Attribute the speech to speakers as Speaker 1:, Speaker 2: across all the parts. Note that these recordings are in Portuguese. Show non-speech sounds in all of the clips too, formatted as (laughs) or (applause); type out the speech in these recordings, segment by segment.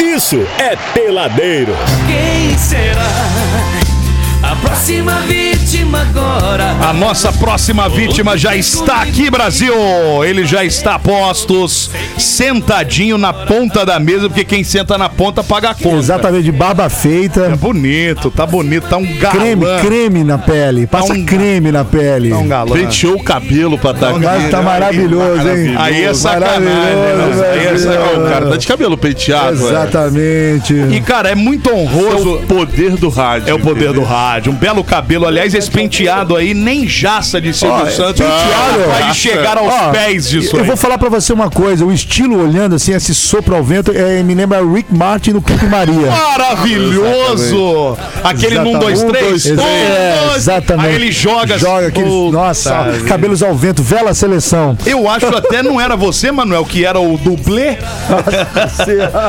Speaker 1: isso é Peladeiros.
Speaker 2: Quem será? A próxima vítima agora.
Speaker 3: A nossa próxima vítima já está aqui, Brasil! Ele já está a postos, sentadinho na ponta da mesa, porque quem senta na ponta paga a conta.
Speaker 4: Exatamente, de barba
Speaker 3: Tá
Speaker 4: feita.
Speaker 3: bonito, tá bonito, tá um galã.
Speaker 4: Creme, creme na pele. Passa
Speaker 3: Tá um-
Speaker 4: creme na pele.
Speaker 3: Tá um é galã.
Speaker 1: Penteou o cabelo pra dar
Speaker 4: Mas tá maravilhoso, hein?
Speaker 3: Aí é sacanagem,
Speaker 4: Maravilhoso,
Speaker 3: né? Aí é sacanagem.
Speaker 1: O cara tá de cabelo penteado.
Speaker 3: é.
Speaker 4: Exatamente.
Speaker 3: E, cara, é muito
Speaker 1: É
Speaker 3: honroso.
Speaker 1: o poder do rádio.
Speaker 3: É o poder do rádio, um belo cabelo. Aliás, esse penteado aí nem jaça de Silvio Santos.
Speaker 4: penteado,
Speaker 3: vai
Speaker 1: ó.
Speaker 3: chegar aos
Speaker 4: Ó,
Speaker 3: pés disso
Speaker 4: Eu
Speaker 3: aí.
Speaker 4: vou falar pra você uma coisa, o estilo olhando assim, esse sopro ao vento, é, me lembra Rick Martin no Pique Maria.
Speaker 3: Maravilhoso! (laughs) Aquele num, dois,
Speaker 4: Exatamente.
Speaker 3: três.
Speaker 4: Exa-
Speaker 3: um,
Speaker 4: é,
Speaker 3: dois.
Speaker 4: Exatamente.
Speaker 3: Aí ele joga. assim,
Speaker 4: Joga aquele.
Speaker 3: Puta
Speaker 4: nossa,
Speaker 3: vida.
Speaker 4: cabelos ao vento,
Speaker 3: (laughs)
Speaker 4: vela seleção.
Speaker 3: Eu acho até não era você, Manuel, que era o dublê.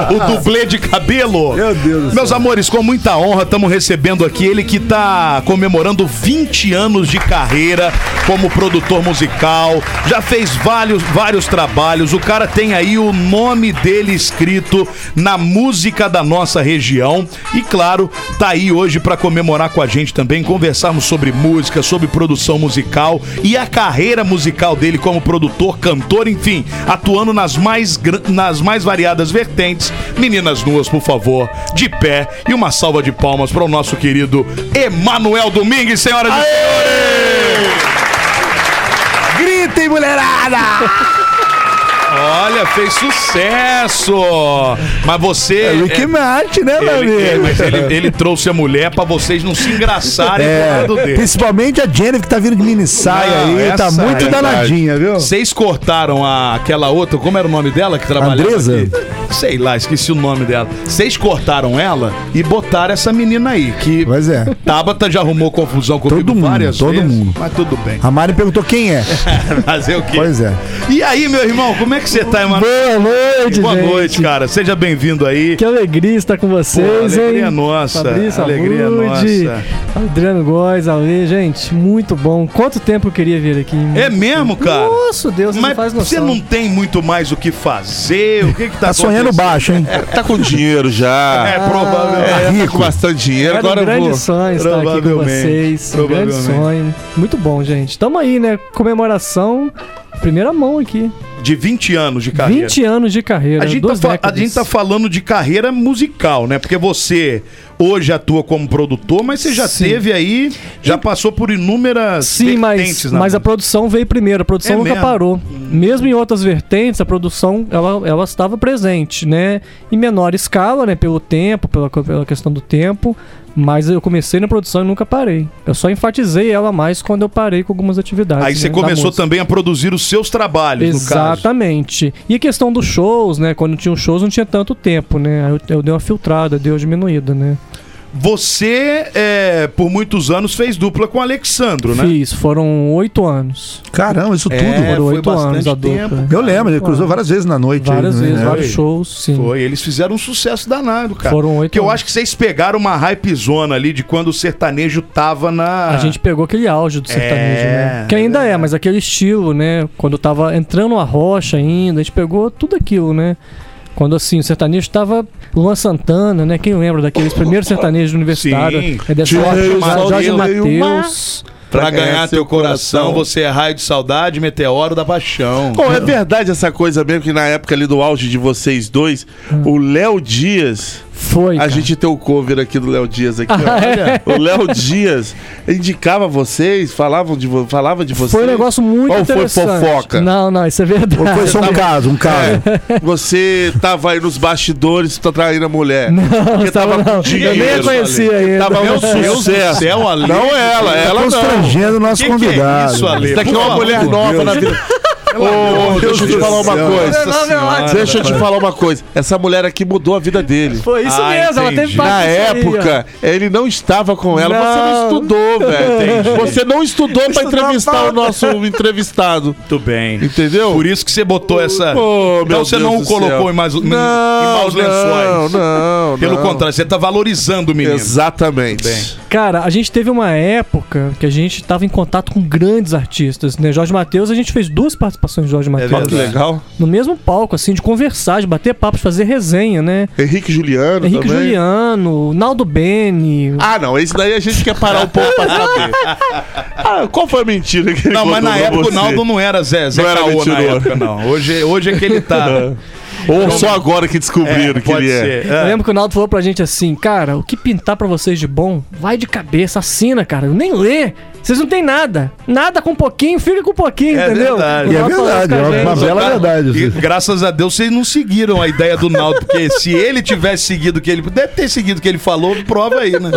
Speaker 3: o dublê de cabelo.
Speaker 4: Meu Deus do céu.
Speaker 3: Meus amores, com muita honra, estamos recebendo aqui ele que está comemorando 20 anos de carreira como produtor musical. Já fez vários, vários trabalhos. O cara tem aí o nome dele escrito na música da nossa região. E claro, tá aí hoje para comemorar com a gente também, conversarmos sobre música, sobre produção musical e a carreira musical dele como produtor, cantor, enfim, atuando nas mais, gran- nas mais variadas vertentes. Meninas nuas, por favor, de pé e uma salva de palmas para o nosso querido Emanuel Domingues, senhoras e senhores!
Speaker 4: Gritem, mulherada!
Speaker 3: Olha, fez sucesso! Mas você.
Speaker 4: É Rick Martin, né, meu
Speaker 3: ele,
Speaker 4: amigo?
Speaker 3: ele- mas ele, ele trouxe a mulher para vocês não se engraçarem do
Speaker 4: É,
Speaker 3: lado dele.
Speaker 4: principalmente a Jennifer que tá vindo de mini saia
Speaker 3: Não,
Speaker 4: aí,
Speaker 3: essa
Speaker 4: tá muito
Speaker 3: é
Speaker 4: danadinha, viu?
Speaker 3: Vocês cortaram a- aquela outra, como era o nome dela que trabalhava?
Speaker 4: Andresa?
Speaker 3: aqui? Sei lá, esqueci o nome dela. Vocês cortaram ela e botaram essa menina aí, que
Speaker 4: Pois é.
Speaker 3: Tabata já arrumou confusão comigo
Speaker 4: Todo mundo,
Speaker 3: várias
Speaker 4: todo
Speaker 3: vezes.
Speaker 4: mundo.
Speaker 3: Mas tudo bem.
Speaker 4: (laughs) A Mari perguntou quem é.
Speaker 3: Fazer o quê?
Speaker 4: Pois é.
Speaker 3: E aí, meu irmão, como é que você tá, Emanuel?
Speaker 5: Boa noite,
Speaker 3: Boa
Speaker 5: gente.
Speaker 3: noite, cara. Seja bem-vindo aí.
Speaker 5: Que alegria estar com vocês,
Speaker 3: Pô, alegria
Speaker 5: hein?
Speaker 3: nossa,
Speaker 5: Fabrício
Speaker 3: alegria
Speaker 5: Arrude,
Speaker 3: nossa.
Speaker 5: Adriano Góes, Ale, gente, muito bom. Quanto tempo eu queria vir aqui?
Speaker 3: É mesmo, cara?
Speaker 5: Nossa, Deus, você
Speaker 3: Mas
Speaker 5: não faz
Speaker 3: você
Speaker 5: noção.
Speaker 3: não tem muito mais o que fazer? O que que tá
Speaker 4: Tá sonhando
Speaker 3: acontecendo?
Speaker 4: baixo, hein?
Speaker 1: Tá com dinheiro já.
Speaker 3: É provável.
Speaker 1: É, tá
Speaker 4: rico.
Speaker 1: com bastante dinheiro.
Speaker 5: Era um
Speaker 1: Agora eu
Speaker 5: grande
Speaker 1: vou.
Speaker 5: sonho estar aqui com
Speaker 3: Provavelmente,
Speaker 5: vocês. Um grande
Speaker 3: provavelmente.
Speaker 5: sonho. Muito bom, gente. Tamo aí, né? Comemoração, primeira mão aqui.
Speaker 3: De 20 anos de carreira.
Speaker 5: 20 anos de carreira,
Speaker 3: A gente, tá
Speaker 5: duas
Speaker 3: fa- a
Speaker 5: décadas.
Speaker 3: gente tá falando de carreira musical, né? Porque você hoje atua como produtor, mas você já
Speaker 5: Sim.
Speaker 3: teve aí, já passou por inúmeras
Speaker 5: Sim, mas,
Speaker 3: na
Speaker 5: mas a
Speaker 3: música.
Speaker 5: produção veio primeiro, a produção
Speaker 3: É
Speaker 5: nunca
Speaker 3: mesmo?
Speaker 5: parou. Mesmo em outras vertentes, a produção ela, ela estava presente, né? Em menor escala, né? Pelo tempo, pela, co- pela questão do tempo. Mas eu comecei na produção e nunca parei. Eu só enfatizei ela mais quando eu parei com algumas atividades.
Speaker 3: Aí você
Speaker 5: né, da
Speaker 3: começou
Speaker 5: música.
Speaker 3: também a produzir os seus trabalhos, no caso.
Speaker 5: Exatamente. E a questão dos shows, né? Quando tinha os shows não tinha tanto tempo, né? Aí eu, eu dei uma filtrada, dei uma diminuída, né?
Speaker 3: Você, é, por muitos anos, fez dupla com o Alexandro, né?
Speaker 5: Fiz, foram oito anos.
Speaker 4: Caramba, isso
Speaker 3: É,
Speaker 4: tudo.
Speaker 5: foram
Speaker 3: foi
Speaker 5: oito anos
Speaker 3: bastante
Speaker 5: a dupla.
Speaker 3: tempo.
Speaker 4: Eu lembro, ele cruzou várias vezes na noite.
Speaker 5: Várias
Speaker 4: aí, né?
Speaker 5: vezes,
Speaker 4: É.
Speaker 5: vários
Speaker 3: Foi.
Speaker 5: shows, sim.
Speaker 3: Foi, eles fizeram um sucesso danado, cara.
Speaker 5: Foram oito
Speaker 3: Que eu
Speaker 5: anos.
Speaker 3: acho que vocês pegaram uma hypezona ali de quando o sertanejo tava na.
Speaker 1: Ah.
Speaker 5: A gente pegou aquele auge
Speaker 1: É.
Speaker 5: do sertanejo, né? Que ainda é, mas aquele estilo, né? Quando tava entrando a rocha ainda, a gente pegou tudo aquilo, né? Quando assim, o sertanejo tava Luan Santana, né? Quem lembra daqueles
Speaker 1: (laughs)
Speaker 5: primeiros sertanejos universitários?
Speaker 3: Sim.
Speaker 5: é dessa
Speaker 1: Tirei
Speaker 5: época,
Speaker 1: o
Speaker 5: Jorge, Jorge
Speaker 1: sol, tirei o
Speaker 5: Matheus.
Speaker 3: Pra ganhar teu
Speaker 1: É, seu
Speaker 3: coração,
Speaker 1: coração.
Speaker 3: você é raio de saudade, meteoro da paixão.
Speaker 1: Pô, é verdade essa coisa mesmo que na época ali do auge de vocês dois, o Léo Dias.
Speaker 5: Foi.
Speaker 1: A
Speaker 5: cara.
Speaker 1: gente tem o cover aqui do Léo Dias aqui,
Speaker 5: Ah,
Speaker 1: ó.
Speaker 5: é?
Speaker 1: O Léo Dias indicava vocês, falavam de vo- falava de vocês.
Speaker 5: Foi um negócio muito
Speaker 1: Ou foi
Speaker 5: interessante.
Speaker 1: fofoca?
Speaker 5: Não, não, isso é
Speaker 4: Ou
Speaker 5: verdade.
Speaker 4: Foi só um caso, um caso.
Speaker 1: É. Você tava aí nos bastidores pra trair a mulher.
Speaker 5: Não,
Speaker 1: Porque tava
Speaker 5: tava,
Speaker 1: com
Speaker 5: não.
Speaker 1: dinheiro,
Speaker 5: Eu nem a conhecia ainda. Tá
Speaker 1: Tava um
Speaker 3: Deus do
Speaker 1: sucesso.
Speaker 3: céu, Ale.
Speaker 1: Não ela, É, ela não.
Speaker 4: Constrangendo o nosso
Speaker 3: Que que é
Speaker 4: convidado.
Speaker 3: isso, Ale?
Speaker 1: Isso daqui é uma
Speaker 3: Por
Speaker 1: mulher
Speaker 3: favor.
Speaker 1: nova na vida. Ô, deixa eu te falar uma coisa. Deixa eu te falar uma coisa. Essa mulher aqui mudou a vida dele.
Speaker 5: Foi isso
Speaker 3: Ah,
Speaker 5: mesmo, ela
Speaker 3: entendi.
Speaker 5: teve parte
Speaker 1: Na
Speaker 5: disso aí, ó.
Speaker 1: época, ele não estava com ela. Você não
Speaker 5: Não.
Speaker 1: estudou, velho. Você não estudou pra
Speaker 4: Estudava.
Speaker 1: entrevistar o nosso entrevistado.
Speaker 3: Muito bem.
Speaker 1: Entendeu?
Speaker 3: Então, Por isso que você botou essa.
Speaker 1: Pô, meu
Speaker 3: então você
Speaker 1: Deus
Speaker 3: não
Speaker 1: do
Speaker 3: o colocou
Speaker 1: céu.
Speaker 3: em, mais, em
Speaker 1: Não,
Speaker 3: maus lençóis.
Speaker 1: Não, não.
Speaker 3: Pelo
Speaker 1: não.
Speaker 3: contrário, você tá valorizando o menino.
Speaker 1: Exatamente.
Speaker 3: Bem.
Speaker 5: Cara, a gente teve uma época que a gente tava em contato com grandes artistas, né? Jorge Matheus, a gente fez duas participações de Jorge
Speaker 3: É
Speaker 1: Olha
Speaker 5: Matheus.
Speaker 1: que legal.
Speaker 5: no mesmo palco, assim, de conversar, de bater papo, de fazer resenha, né?
Speaker 1: Henrique Juliano
Speaker 5: Henrique
Speaker 1: também.
Speaker 5: Juliano, Naldo Beni.
Speaker 1: Ah, não, esse daí a gente quer parar um pouco pra saber. (laughs) Ah, qual foi a mentira que ele
Speaker 3: Não, mas
Speaker 1: contou
Speaker 3: na
Speaker 1: pra
Speaker 3: época o
Speaker 1: você?
Speaker 3: Naldo não era Zé, Zé
Speaker 1: Não era
Speaker 3: Caô na
Speaker 1: mentiroso.
Speaker 3: época, não. Hoje, hoje é que ele tá.
Speaker 1: Ou só agora que descobriram que
Speaker 3: pode
Speaker 1: ele é.
Speaker 3: ser.
Speaker 5: Eu
Speaker 3: É.
Speaker 5: lembro que o Naldo falou pra gente assim, cara, o que pintar pra vocês de bom, vai de cabeça, assina, cara. Eu nem lê. Vocês não tem nada. Nada com pouquinho, fica com pouquinho,
Speaker 3: É
Speaker 5: entendeu?
Speaker 3: verdade.
Speaker 5: O
Speaker 4: E é
Speaker 5: Naldo falou isso
Speaker 4: verdade,
Speaker 5: com a
Speaker 4: é
Speaker 5: gente.
Speaker 4: uma bela verdade.
Speaker 3: E
Speaker 4: assim.
Speaker 3: graças a Deus vocês não seguiram a ideia do Naldo, porque se ele tivesse seguido o que ele. Deve ter seguido o que ele falou, prova aí, né?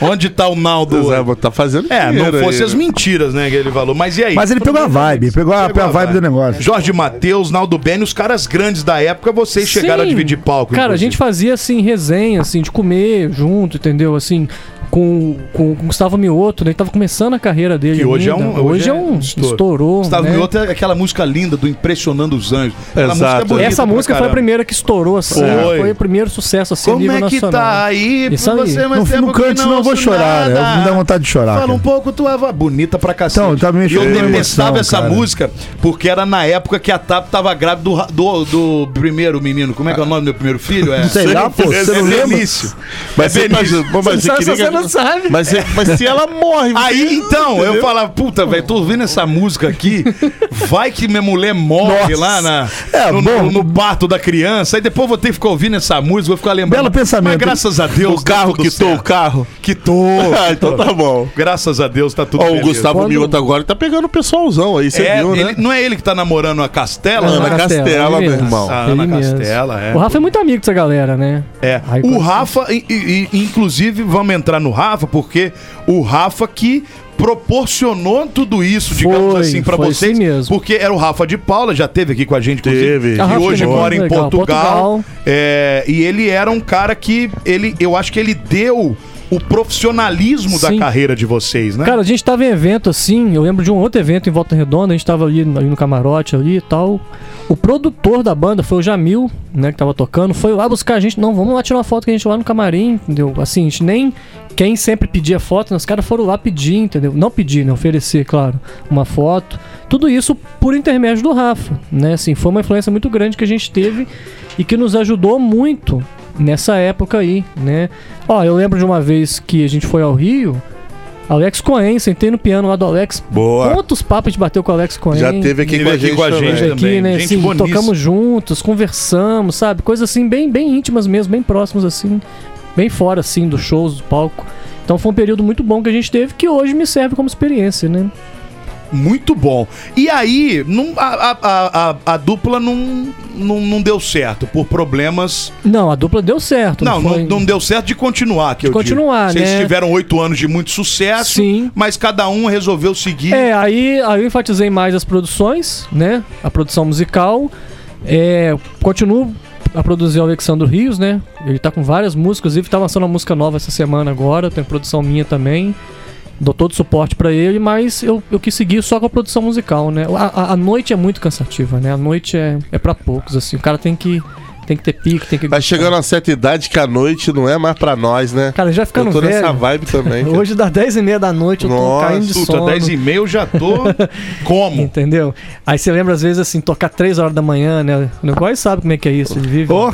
Speaker 3: Onde tá o Naldo?
Speaker 1: Zé, mas tá fazendo
Speaker 3: É, não
Speaker 1: dinheiro
Speaker 3: fosse
Speaker 1: aí,
Speaker 3: as
Speaker 1: né?
Speaker 3: mentiras, né, que ele falou. Mas e aí?
Speaker 4: Mas ele pegou a vibe, pegou a,
Speaker 3: Pegou
Speaker 4: a vibe do negócio.
Speaker 3: Jorge Matheus, Naldo Beni, os caras grandes da época, vocês chegaram a
Speaker 5: Sim.
Speaker 3: dividir palco.
Speaker 5: Cara, a
Speaker 3: inclusive.
Speaker 5: gente fazia assim, resenha, assim, de comer junto, entendeu? Assim, com, com o Gustavo Mioto, né? Que tava começando a carreira dele.
Speaker 3: Que hoje é
Speaker 5: ainda.
Speaker 3: um- hoje
Speaker 5: Hoje
Speaker 3: é
Speaker 5: é um.
Speaker 3: estouro.
Speaker 5: Estourou.
Speaker 3: Gustavo
Speaker 5: né?
Speaker 3: Mioto é aquela música linda do Impressionando os Anjos. Aquela
Speaker 1: Exato.
Speaker 3: música é bonita
Speaker 5: Essa
Speaker 3: pra
Speaker 5: música foi a
Speaker 3: caramba.
Speaker 5: primeira que estourou, assim.
Speaker 3: Foi.
Speaker 5: Foi, o primeiro sucesso, assim, a
Speaker 3: Como
Speaker 5: nível
Speaker 3: é que
Speaker 5: nacional.
Speaker 3: tá aí?
Speaker 5: Isso aí.
Speaker 3: Você, mas é
Speaker 4: Não,
Speaker 3: tempo
Speaker 4: não
Speaker 3: que
Speaker 4: cante, senão eu vou
Speaker 3: ouço
Speaker 4: chorar.
Speaker 3: nada.
Speaker 4: né? Me dá vontade de chorar.
Speaker 3: Fala um
Speaker 4: cara.
Speaker 3: pouco tua voz. Bonita pra cacete.
Speaker 4: Então, tá me
Speaker 3: e eu
Speaker 4: mexendo com
Speaker 3: detestava
Speaker 4: emoção,
Speaker 3: essa
Speaker 4: cara.
Speaker 3: música porque era na época que a TAP tava grávida do, ra- do, do primeiro menino. Como é que é o nome do meu primeiro filho? É,
Speaker 4: Não sei lá, pô,
Speaker 3: é,
Speaker 4: você não lembra?
Speaker 3: Benício.
Speaker 1: Mas
Speaker 3: É
Speaker 1: você
Speaker 3: Benício.
Speaker 1: imagina- mas você queria que-
Speaker 5: sabe.
Speaker 1: Mas se- mas se ela morre,
Speaker 3: assim. Aí então, eu falava, puta, velho, tô ouvindo essa música aqui. Vai que minha mulher morre
Speaker 4: Nossa.
Speaker 3: lá na,
Speaker 4: É,
Speaker 3: no,
Speaker 4: bom.
Speaker 3: no- no parto da criança. Aí depois eu vou ter que ficar ouvindo essa música, vou ficar lembrando.
Speaker 4: Belo pensamento.
Speaker 3: Mas graças a Deus.
Speaker 1: o carro
Speaker 3: tá tudo
Speaker 1: quitou o
Speaker 3: certo.
Speaker 1: carro.
Speaker 3: Quitou.
Speaker 1: (laughs) Ah, então tá bom.
Speaker 3: Graças a Deus, tá tudo
Speaker 1: Ó, o
Speaker 3: beleza.
Speaker 1: Gustavo
Speaker 5: Quando-
Speaker 1: Mioto agora tá pegando o pessoalzão aí, você
Speaker 3: É,
Speaker 1: viu, né?
Speaker 3: ele- não é ele que tá namorando a Castela?
Speaker 1: Ana
Speaker 3: né?
Speaker 1: Castela, meu irmão.
Speaker 3: A Ana Castela, é.
Speaker 5: O Rafa é muito amigo dessa galera, né?
Speaker 3: É.
Speaker 5: Ai,
Speaker 3: o
Speaker 5: como-
Speaker 3: Rafa, e- e- e, inclusive, vamos entrar no Rafa, porque o Rafa que proporcionou tudo isso, digamos
Speaker 5: Foi,
Speaker 3: assim, pra
Speaker 5: foi
Speaker 3: vocês.
Speaker 5: assim mesmo.
Speaker 3: Porque era o Rafa de Paula, já teve aqui com a gente, inclusive,
Speaker 1: Teve.
Speaker 3: que
Speaker 5: Ah, Rafa
Speaker 3: hoje
Speaker 5: de Paula,
Speaker 3: mora em
Speaker 5: legal.
Speaker 3: Portugal.
Speaker 5: Portugal.
Speaker 3: É, e ele era um cara que ele, eu acho que ele deu o profissionalismo da
Speaker 5: Sim.
Speaker 3: carreira de vocês, né?
Speaker 5: Cara, a gente tava em evento assim, eu lembro de um outro evento em Volta Redonda, a gente tava ali, no- ali no camarote ali e tal. O produtor da banda foi o Jamil, né, que tava tocando, foi lá buscar a gente, não, vamos lá tirar uma foto que a gente lá no camarim, entendeu? Assim, a gente nem quem sempre pedia foto, né, os caras foram lá pedir, entendeu? Não pedir, né, oferecer, claro, uma foto. Tudo isso por intermédio do Rafa, né? Assim, foi uma influência muito grande que a gente teve e que nos ajudou muito nessa época aí, né? Ó, eu lembro de uma vez que a gente foi ao Rio, Alex Cohen, sentei no piano lá do Alex.
Speaker 1: Boa.
Speaker 5: Quantos papos a gente bateu com o Alex Cohen?
Speaker 1: Já teve aqui
Speaker 3: Teve
Speaker 1: com a
Speaker 3: aqui
Speaker 1: gente.
Speaker 3: com a
Speaker 1: também.
Speaker 3: gente
Speaker 5: aqui,
Speaker 3: também.
Speaker 5: né?
Speaker 3: Gente
Speaker 5: Sim,
Speaker 3: boníssima.
Speaker 5: tocamos juntos, conversamos, sabe? Coisas assim, bem, bem íntimas mesmo, bem próximas assim, bem fora assim dos shows, do palco. Então foi um período muito bom que a gente teve, que hoje me serve como experiência, né?
Speaker 3: Muito bom. E aí, não- a, a- a- a- a dupla não, não, não deu certo por problemas.
Speaker 5: Não, a dupla deu certo.
Speaker 3: Não, não,
Speaker 5: foi-
Speaker 3: não deu certo de continuar, que eu
Speaker 5: continuar,
Speaker 3: digo. Vocês
Speaker 5: né?
Speaker 3: tiveram oito anos de muito sucesso,
Speaker 5: Sim.
Speaker 3: mas cada um resolveu seguir.
Speaker 5: É, aí, aí eu enfatizei mais as produções, né? A produção musical. É, continuo a produzir o Alexandre Rios, né? Ele tá com várias músicas, inclusive tá lançando uma música nova essa semana agora, tem produção minha também. Dou todo o suporte pra ele, mas eu, eu quis seguir só com a produção musical, né? A, a- a noite é muito cansativa, né? A noite é, é para poucos, assim. O cara tem que, tem que ter pique, tem que.
Speaker 1: Tá chegando a certa idade que a noite não é mais pra nós, né?
Speaker 5: Cara, já
Speaker 1: Eu
Speaker 5: ficando
Speaker 1: tô nessa
Speaker 5: velho.
Speaker 1: vibe também.
Speaker 5: (laughs)
Speaker 1: cara.
Speaker 5: Hoje dá 10 e meia da noite, eu tô
Speaker 1: Nossa,
Speaker 5: caindo de
Speaker 3: Puta,
Speaker 5: sono.
Speaker 3: 10 e meia eu já tô.
Speaker 1: É.
Speaker 3: Como?
Speaker 5: Entendeu? Aí você lembra, às vezes, assim, tocar 3 horas da manhã, né? O negócio sabe como é que é isso, ele vive.
Speaker 4: Ô, ô,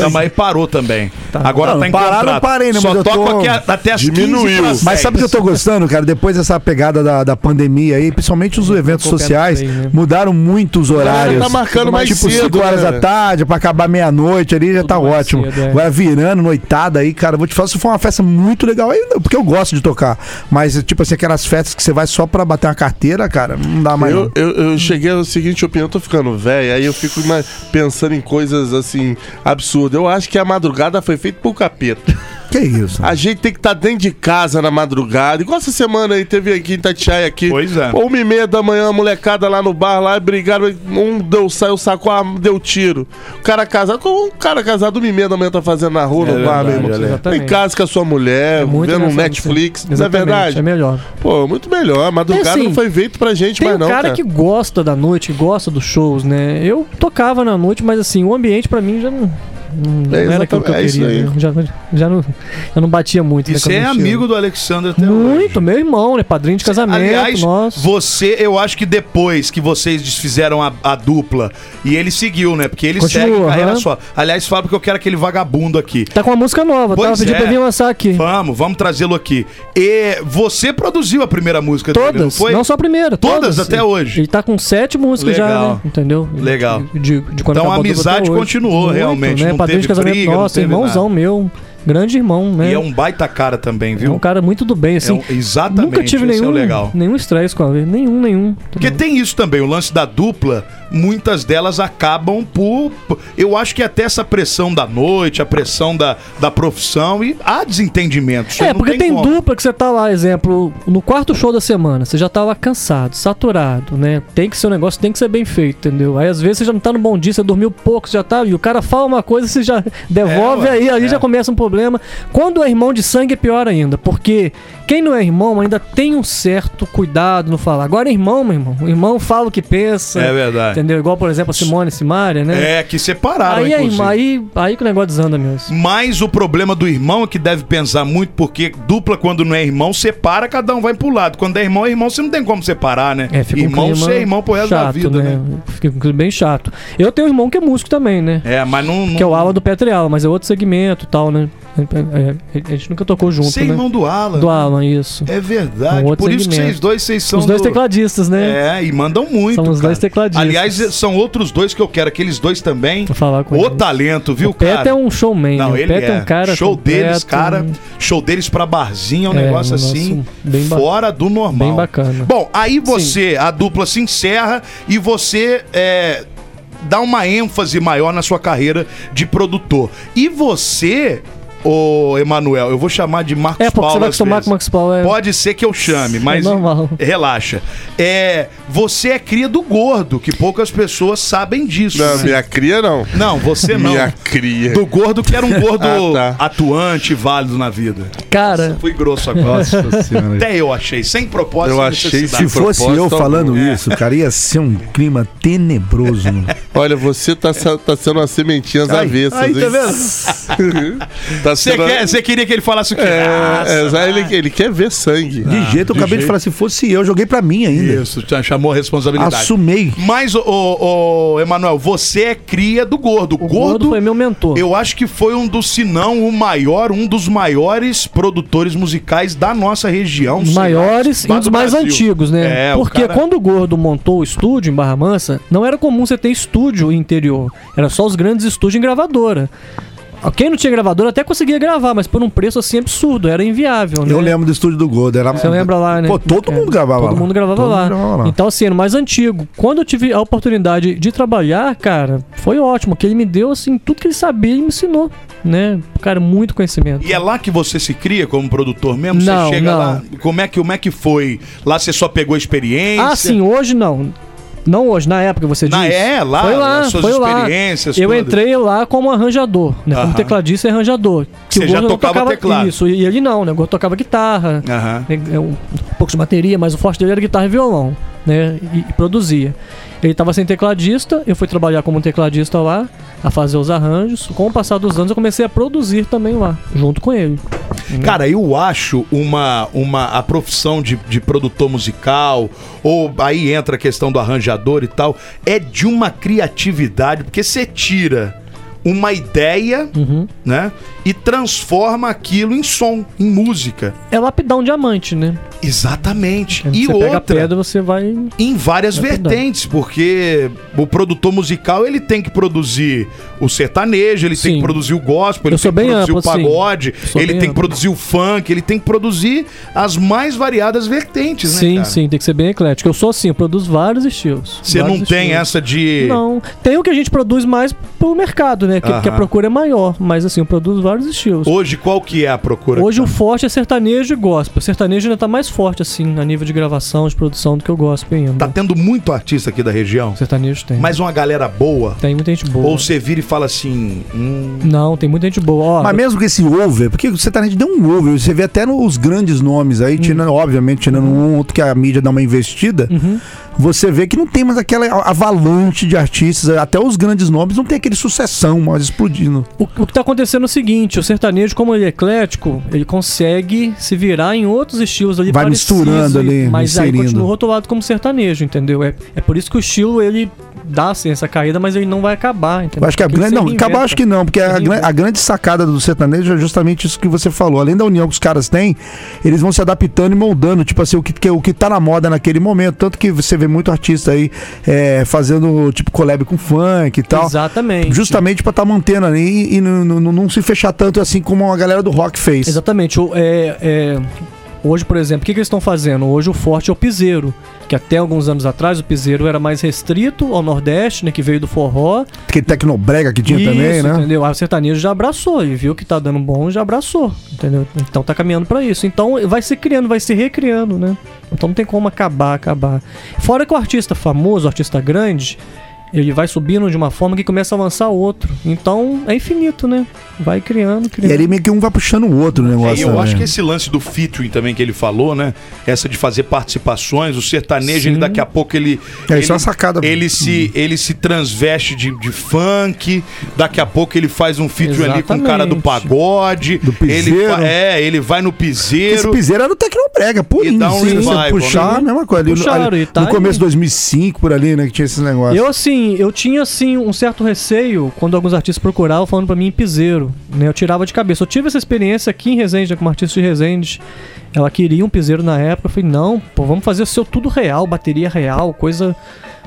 Speaker 3: Não, mas aí parou também. Agora
Speaker 4: Não,
Speaker 3: tá em
Speaker 4: parar,
Speaker 3: contrato.
Speaker 4: não parei, né,
Speaker 3: Só
Speaker 4: mas eu
Speaker 3: toco
Speaker 4: tô-
Speaker 3: aqui a- até as
Speaker 1: Diminuiu.
Speaker 3: 15 pras
Speaker 4: Mas sabe o que eu
Speaker 3: 10.
Speaker 4: tô gostando, cara? Depois dessa pegada da, da pandemia aí, principalmente os eventos
Speaker 5: tocou o pé
Speaker 4: sociais,
Speaker 5: no freio, né?
Speaker 4: mudaram muito os horários.
Speaker 1: tá marcando mais
Speaker 4: tipo
Speaker 1: cedo,
Speaker 4: 5 horas
Speaker 1: né,
Speaker 4: da
Speaker 1: velho?
Speaker 4: tarde, pra acabar meia-noite ali, já
Speaker 5: Tudo
Speaker 4: tá
Speaker 5: mais
Speaker 4: ótimo.
Speaker 5: cedo, é.
Speaker 4: Agora virando, noitada aí, cara, vou te falar, isso foi uma festa muito legal aí, porque eu gosto de tocar. Mas, tipo assim, aquelas festas que você vai só pra bater uma carteira, cara, não dá
Speaker 5: é
Speaker 4: mais.
Speaker 1: Eu,
Speaker 4: não.
Speaker 1: eu, eu cheguei à seguinte opinião, eu tô ficando velho, aí eu fico ima- pensando em coisas assim, absurdas. Eu acho que a madrugada foi feita por capeta.
Speaker 4: Que isso?
Speaker 1: A gente tem que estar dentro de casa na madrugada. Igual essa semana aí, teve aqui em Itatiaia aqui.
Speaker 3: Pois é.
Speaker 1: Pô, Uma e meia da manhã, a molecada lá no bar, lá, brigaram. Um deu, saiu, sacou, ah, deu tiro. O cara casado, como um cara casado, uma e meia da manhã tá fazendo na rua,
Speaker 3: É
Speaker 1: no bar, meu irmão.
Speaker 5: verdade,
Speaker 1: Tá em
Speaker 5: exatamente.
Speaker 1: casa com a sua mulher,
Speaker 5: É muito
Speaker 1: vendo um
Speaker 5: engraçado,
Speaker 1: Netflix.
Speaker 5: assim.
Speaker 1: Não é
Speaker 5: Exatamente,
Speaker 1: verdade?
Speaker 5: É melhor.
Speaker 1: Pô, muito melhor. A madrugada
Speaker 5: É assim,
Speaker 1: não foi feito pra gente,
Speaker 5: Tem
Speaker 1: mas
Speaker 5: um
Speaker 1: não,
Speaker 5: cara,
Speaker 1: cara.
Speaker 5: que gosta da noite, que gosta dos shows, né? Eu tocava na noite, mas assim, o ambiente pra mim já não. Não, não
Speaker 1: É
Speaker 5: era aquilo que eu
Speaker 1: exatamente- é isso
Speaker 5: queria.
Speaker 1: aí.
Speaker 5: né? Já, já não, eu não batia muito.
Speaker 3: E
Speaker 5: né, com
Speaker 3: você é
Speaker 5: meu estilo.
Speaker 3: amigo do Alexandre até hoje.
Speaker 5: Muito, meu irmão, né? Padrinho
Speaker 1: é,
Speaker 5: de casamento,
Speaker 3: Aliás,
Speaker 5: nossa.
Speaker 3: você, eu acho que depois que vocês desfizeram a, a dupla e ele seguiu, né? Porque ele
Speaker 5: Continua,
Speaker 3: segue carreira
Speaker 5: aham.
Speaker 3: só. Aliás, fala porque eu quero aquele vagabundo aqui.
Speaker 5: Tá com uma música nova,
Speaker 3: Pois
Speaker 5: tá? Eu pedi
Speaker 3: é.
Speaker 5: pra vir lançar aqui.
Speaker 3: Vamos, vamos trazê-lo aqui. E você produziu a primeira música dele, não
Speaker 5: Todas, não,
Speaker 3: foi?
Speaker 5: só a primeira.
Speaker 3: Todas até hoje.
Speaker 5: Ele tá com sete músicas já,
Speaker 3: Legal.
Speaker 5: né? Entendeu?
Speaker 3: Legal.
Speaker 5: De, de quando
Speaker 3: Então a
Speaker 5: acabou dupla até
Speaker 3: amizade
Speaker 5: hoje.
Speaker 3: continuou, realmente,
Speaker 5: Né?
Speaker 3: não
Speaker 5: Padrinho
Speaker 3: teve
Speaker 5: de casamento,
Speaker 3: briga, não
Speaker 5: nossa,
Speaker 3: teve
Speaker 5: irmãozão meu. Grande irmão, né?
Speaker 3: E é um baita cara também,
Speaker 5: É um
Speaker 3: viu?
Speaker 5: cara muito do bem, assim.
Speaker 3: É um- exatamente,
Speaker 5: Nunca tive
Speaker 3: esse é o
Speaker 5: nenhum,
Speaker 3: legal.
Speaker 5: nenhum estresse com ele. Nenhum, nenhum.
Speaker 3: Porque tem isso também, o lance da dupla, muitas delas acabam por. por- Eu acho que até essa pressão da noite, a pressão da, da profissão, e há desentendimento. isso
Speaker 5: É,
Speaker 3: não
Speaker 5: porque tem,
Speaker 3: como.
Speaker 5: dupla que você tá lá, exemplo, no quarto show da semana, você já tá lá cansado, saturado, né? Tem que ser um negócio, tem que ser bem feito, entendeu? Aí às vezes você já não tá no bom dia, você dormiu pouco, você já tá, e o cara fala uma coisa, você já (laughs) devolve,
Speaker 3: ué,
Speaker 5: aí, aí
Speaker 3: é.
Speaker 5: já começa um problema. Quando é irmão de sangue é pior ainda, porque quem não é irmão ainda tem um certo cuidado no falar. Agora é irmão, meu irmão. O irmão fala o que pensa.
Speaker 3: É verdade.
Speaker 5: né? Entendeu? Igual, por exemplo, a Simone e Simária, né?
Speaker 3: É, que separaram,
Speaker 5: aí, é
Speaker 3: inclusive.
Speaker 5: irmão, aí, aí que o negócio desanda mesmo.
Speaker 3: Mas o problema do irmão é que deve pensar muito, porque dupla, quando não é irmão, separa, cada um vai pro lado. Quando é irmão, é irmão, você não tem como separar, né?
Speaker 5: É, fica um
Speaker 3: irmão,
Speaker 5: clima
Speaker 3: você é irmão pro resto da
Speaker 5: chato,
Speaker 3: vida, né?
Speaker 5: Fica um clima bem chato. Eu tenho um irmão que é músico também, né?
Speaker 3: É, mas não. não...
Speaker 5: Que é o Ala do Petri Ala, mas é outro segmento e tal, né? É, é, a gente nunca tocou junto,
Speaker 3: Você é
Speaker 5: né?
Speaker 3: irmão do Alan.
Speaker 5: Do Alan, isso.
Speaker 3: É
Speaker 5: É
Speaker 3: verdade.
Speaker 5: um outro
Speaker 3: Por isso que
Speaker 5: segmento.
Speaker 3: vocês dois, vocês são.
Speaker 5: Os dois
Speaker 3: do-
Speaker 5: tecladistas, né?
Speaker 3: É, e mandam muito.
Speaker 5: São os
Speaker 3: cara.
Speaker 5: dois tecladistas.
Speaker 3: Aliás, são outros dois que eu quero, aqueles dois também.
Speaker 5: Vou falar com
Speaker 3: o
Speaker 5: eles.
Speaker 3: talento, viu,
Speaker 5: o Pet
Speaker 3: cara?
Speaker 5: é um showman,
Speaker 3: Não,
Speaker 5: né? O
Speaker 3: ele
Speaker 5: Pet
Speaker 3: é.
Speaker 5: é um cara
Speaker 3: Show deles,
Speaker 5: completo,
Speaker 3: cara.
Speaker 5: um-
Speaker 3: Show deles pra barzinho, é um
Speaker 5: É,
Speaker 3: negócio
Speaker 5: um
Speaker 3: assim,
Speaker 5: negócio bem ba-
Speaker 3: fora do normal.
Speaker 5: bem bacana.
Speaker 3: Bom, aí você, a dupla se encerra e você é, dá uma ênfase maior na sua carreira de produtor. E você, ô Emanuel, eu vou chamar de Marcos
Speaker 5: É, porque
Speaker 3: Paulo
Speaker 5: você vai
Speaker 3: às
Speaker 5: acostumar
Speaker 3: vezes.
Speaker 5: com o Max Paulo. É...
Speaker 3: Pode ser que eu chame, mas
Speaker 5: normal.
Speaker 3: relaxa. É, você é cria do gordo, que poucas pessoas sabem disso.
Speaker 1: Não,
Speaker 3: né?
Speaker 1: minha cria não.
Speaker 3: Não, você não.
Speaker 1: (laughs) Minha cria.
Speaker 3: Do gordo que era um
Speaker 5: (laughs)
Speaker 3: gordo
Speaker 1: Ah, tá.
Speaker 3: atuante, válido na vida.
Speaker 5: Cara,
Speaker 3: Fui grosso agora.
Speaker 6: senhora.
Speaker 3: Até eu achei, sem propósito.
Speaker 1: Eu
Speaker 3: sem
Speaker 1: achei
Speaker 3: necessidade.
Speaker 1: Sem
Speaker 4: Se fosse
Speaker 1: propósito
Speaker 4: eu falando
Speaker 1: algum.
Speaker 4: isso, cara, ia ser um clima
Speaker 1: (laughs)
Speaker 4: tenebroso. mano.
Speaker 1: Olha, você tá, sa- tá sendo uma sementinha às avessas.
Speaker 3: ai, tá
Speaker 1: hein? (laughs) tá
Speaker 3: Você
Speaker 1: sendo.
Speaker 3: quer- né? você queria que ele falasse o quê? Ah,
Speaker 1: É,
Speaker 3: Raça.
Speaker 1: é, já ele, ele quer ver sangue.
Speaker 3: Ah.
Speaker 4: Tá, De jeito, eu acabei de falar, se fosse eu, joguei pra mim
Speaker 5: é,
Speaker 4: ainda.
Speaker 3: Isso, te chamou a responsabilidade.
Speaker 4: Assumei.
Speaker 3: Mas, ô, ô, ô, Emanuel, você é cria do gordo.
Speaker 5: o Gordo foi meu mentor.
Speaker 3: Eu acho que foi um dos, se não o maior, um dos maiores produtores musicais da nossa região.
Speaker 5: Os
Speaker 3: sei lá,
Speaker 5: maiores e
Speaker 3: lá
Speaker 5: os
Speaker 3: do
Speaker 5: mais
Speaker 3: Brasil.
Speaker 5: antigos, né?
Speaker 3: É, o
Speaker 5: Porque
Speaker 3: cara-
Speaker 5: quando o Gordo montou o estúdio em Barra Mansa, não era comum você ter estúdio interior. Era só os grandes estúdios em gravadora. Quem não tinha gravadora até conseguia gravar, mas por um preço assim absurdo, era inviável, né?
Speaker 4: Eu lembro do estúdio do Gordo. Era...
Speaker 5: Você lembra lá, né?
Speaker 4: Pô, todo
Speaker 5: É,
Speaker 4: mundo gravava lá.
Speaker 5: Todo mundo gravava lá. Então, assim, era o mais antigo. Quando eu tive a oportunidade de trabalhar, cara, foi ótimo. Que ele me deu, assim, tudo que ele sabia, ele me ensinou, né? Cara, muito conhecimento.
Speaker 3: E é lá que você se cria como produtor mesmo?
Speaker 5: Não,
Speaker 3: você chega
Speaker 5: não.
Speaker 3: lá. Como é, que, como é que foi? Lá você só pegou experiência?
Speaker 5: Ah, sim, hoje não. Não hoje, na época você
Speaker 3: Na
Speaker 5: disse.
Speaker 3: é, lá,
Speaker 5: foi lá,
Speaker 3: as suas
Speaker 5: foi lá.
Speaker 3: experiências.
Speaker 5: Eu
Speaker 3: todas.
Speaker 5: entrei lá como arranjador, né? Como
Speaker 3: Aham.
Speaker 5: tecladista e arranjador. Que
Speaker 3: Você
Speaker 5: o
Speaker 3: já
Speaker 5: Gordo não
Speaker 3: tocava teclado. Ah.
Speaker 5: Isso, e ele não, né? O Gordo tocava guitarra,
Speaker 3: Aham.
Speaker 5: né? É um, um pouco de bateria, mas o forte dele era guitarra e violão, né? E, e produzia. Ele tava sem tecladista, eu fui trabalhar como tecladista lá, a fazer os arranjos. Com o passar dos anos, eu comecei a produzir também lá, junto com ele.
Speaker 3: Cara, eu acho uma, uma a profissão de, de produtor musical, ou aí entra a questão do arranjador e tal, é de uma criatividade, porque você tira uma ideia,
Speaker 5: Uhum.
Speaker 3: né, e transforma aquilo em som, em música.
Speaker 5: É lapidar um diamante, né?
Speaker 3: Exatamente.
Speaker 5: Você
Speaker 3: E
Speaker 5: pega a
Speaker 3: outra,
Speaker 5: pedra, você vai
Speaker 3: em várias
Speaker 5: É verdade.
Speaker 3: vertentes, porque o produtor musical ele tem que produzir o sertanejo, ele tem
Speaker 5: Sim.
Speaker 3: que produzir o gospel, ele
Speaker 5: Eu sou
Speaker 3: tem que
Speaker 5: bem
Speaker 3: produzir
Speaker 5: amplo,
Speaker 3: o pagode,
Speaker 5: sim. Sou
Speaker 3: ele
Speaker 5: bem
Speaker 3: tem que
Speaker 5: amplo.
Speaker 3: produzir o funk, ele tem que produzir as mais variadas vertentes,
Speaker 5: Sim,
Speaker 3: né? cara?
Speaker 5: sim, tem que ser bem eclético. Eu sou assim, eu produzo vários estilos.
Speaker 3: Você
Speaker 5: vários
Speaker 3: não tem
Speaker 5: estilos.
Speaker 3: essa de.
Speaker 5: Não, tem o que a gente produz mais pro mercado, né? Que,
Speaker 3: Aham.
Speaker 5: que a procura é maior, mas assim, eu produzo vários estilos.
Speaker 3: Hoje, qual que é a procura?
Speaker 5: Hoje o forte é sertanejo e gospel. O sertanejo ainda tá mais forte, assim, a nível de gravação, de produção, do que o gospel ainda.
Speaker 3: Tá tendo muito artista aqui da região,
Speaker 5: O sertanejo tem.
Speaker 3: mas uma galera boa.
Speaker 5: Tem muita gente boa.
Speaker 3: Ou você vira e fala assim. Hum,
Speaker 5: Não, tem muita gente boa. Ó,
Speaker 4: Mas mesmo com esse over, porque o sertanejo deu um over,
Speaker 5: Hum.
Speaker 4: você
Speaker 5: Uhum.
Speaker 4: vê até nos grandes nomes aí, tirando, obviamente, tirando um outro que a mídia dá uma investida, você vê que não tem mais aquela avalanche de artistas, até os grandes nomes não tem aquele sucessão mais explodindo.
Speaker 5: O, o que tá acontecendo é o seguinte, o sertanejo, como ele é eclético, ele consegue se virar em outros estilos ali
Speaker 4: Vai misturando
Speaker 5: e-
Speaker 4: ali,
Speaker 5: mas aí
Speaker 4: inserindo.
Speaker 5: continua rotulado como sertanejo, entendeu? É, é por isso que o estilo, ele dá, assim, essa caída, mas ele não vai acabar, entendeu?
Speaker 4: Eu acho que a
Speaker 5: Porque
Speaker 4: grande.
Speaker 5: ele
Speaker 4: Não,
Speaker 5: se
Speaker 4: acabar
Speaker 5: reinventa.
Speaker 4: acho que não, porque a,
Speaker 5: Ele
Speaker 4: gran- a grande sacada do sertanejo é justamente isso que você falou. Além da união que os caras têm, eles vão se adaptando e moldando, tipo assim, o que, que- o que tá na moda naquele momento. Tanto que você vê muito artista aí é, fazendo, tipo, collab com funk e tal.
Speaker 5: Exatamente.
Speaker 4: tá, Justamente pra estar mantendo ali e, não, não- não se fechar tanto assim como a galera do rock fez.
Speaker 5: Exatamente. O- é- é, hoje, por exemplo, o que, que eles estão fazendo? Hoje o forte é o piseiro, que até alguns anos atrás o piseiro era mais restrito ao Nordeste, né, que veio do forró.
Speaker 4: Aquele tecnobrega que tinha também,
Speaker 5: Isso,
Speaker 4: né?
Speaker 5: Entendeu? Aí o sertanejo já abraçou e viu que tá dando bom e já abraçou, entendeu? Então tá caminhando pra isso. Então vai se criando, vai se recriando, né? Então não tem como acabar, acabar. Fora que o artista famoso, o artista grande, ele vai subindo de uma forma que começa a avançar outro. Então é infinito, né? Vai criando, criando.
Speaker 4: E ali meio que um vai puxando o outro no
Speaker 3: É,
Speaker 4: negócio.
Speaker 3: e eu
Speaker 4: também.
Speaker 3: acho que esse lance do featuring também que ele falou, né? Essa de fazer participações, o sertanejo, ele
Speaker 5: Sim.
Speaker 3: daqui a pouco ele.
Speaker 4: É,
Speaker 3: ele,
Speaker 4: isso é uma sacada.
Speaker 3: Ele se, ele se transveste de, de funk, daqui a pouco ele faz um featuring ali com o cara do
Speaker 5: Exatamente.
Speaker 3: pagode.
Speaker 4: Do
Speaker 3: Ele,
Speaker 4: piseiro.
Speaker 3: fa- é, ele vai no
Speaker 4: Esse
Speaker 3: piseiro.
Speaker 4: piseiro era o Tecnobrega, purinho.
Speaker 3: E dá um
Speaker 4: se você
Speaker 3: revival,
Speaker 4: puxar,
Speaker 3: né?
Speaker 4: a mesma coisa. Ali, no-
Speaker 5: Puxaram,
Speaker 4: ali,
Speaker 5: e tá
Speaker 4: no começo
Speaker 5: aí.
Speaker 4: de 2005, por ali, né, que tinha esses negócios.
Speaker 5: Eu assim, eu tinha assim um certo receio quando alguns artistas procuravam falando pra mim em piseiro, né? Eu tirava de cabeça. Eu tive essa experiência aqui em Resende, né, com uma artista de Resende. Ela queria um piseiro na época. Eu falei, não, pô, vamos fazer o seu tudo real, bateria real, coisa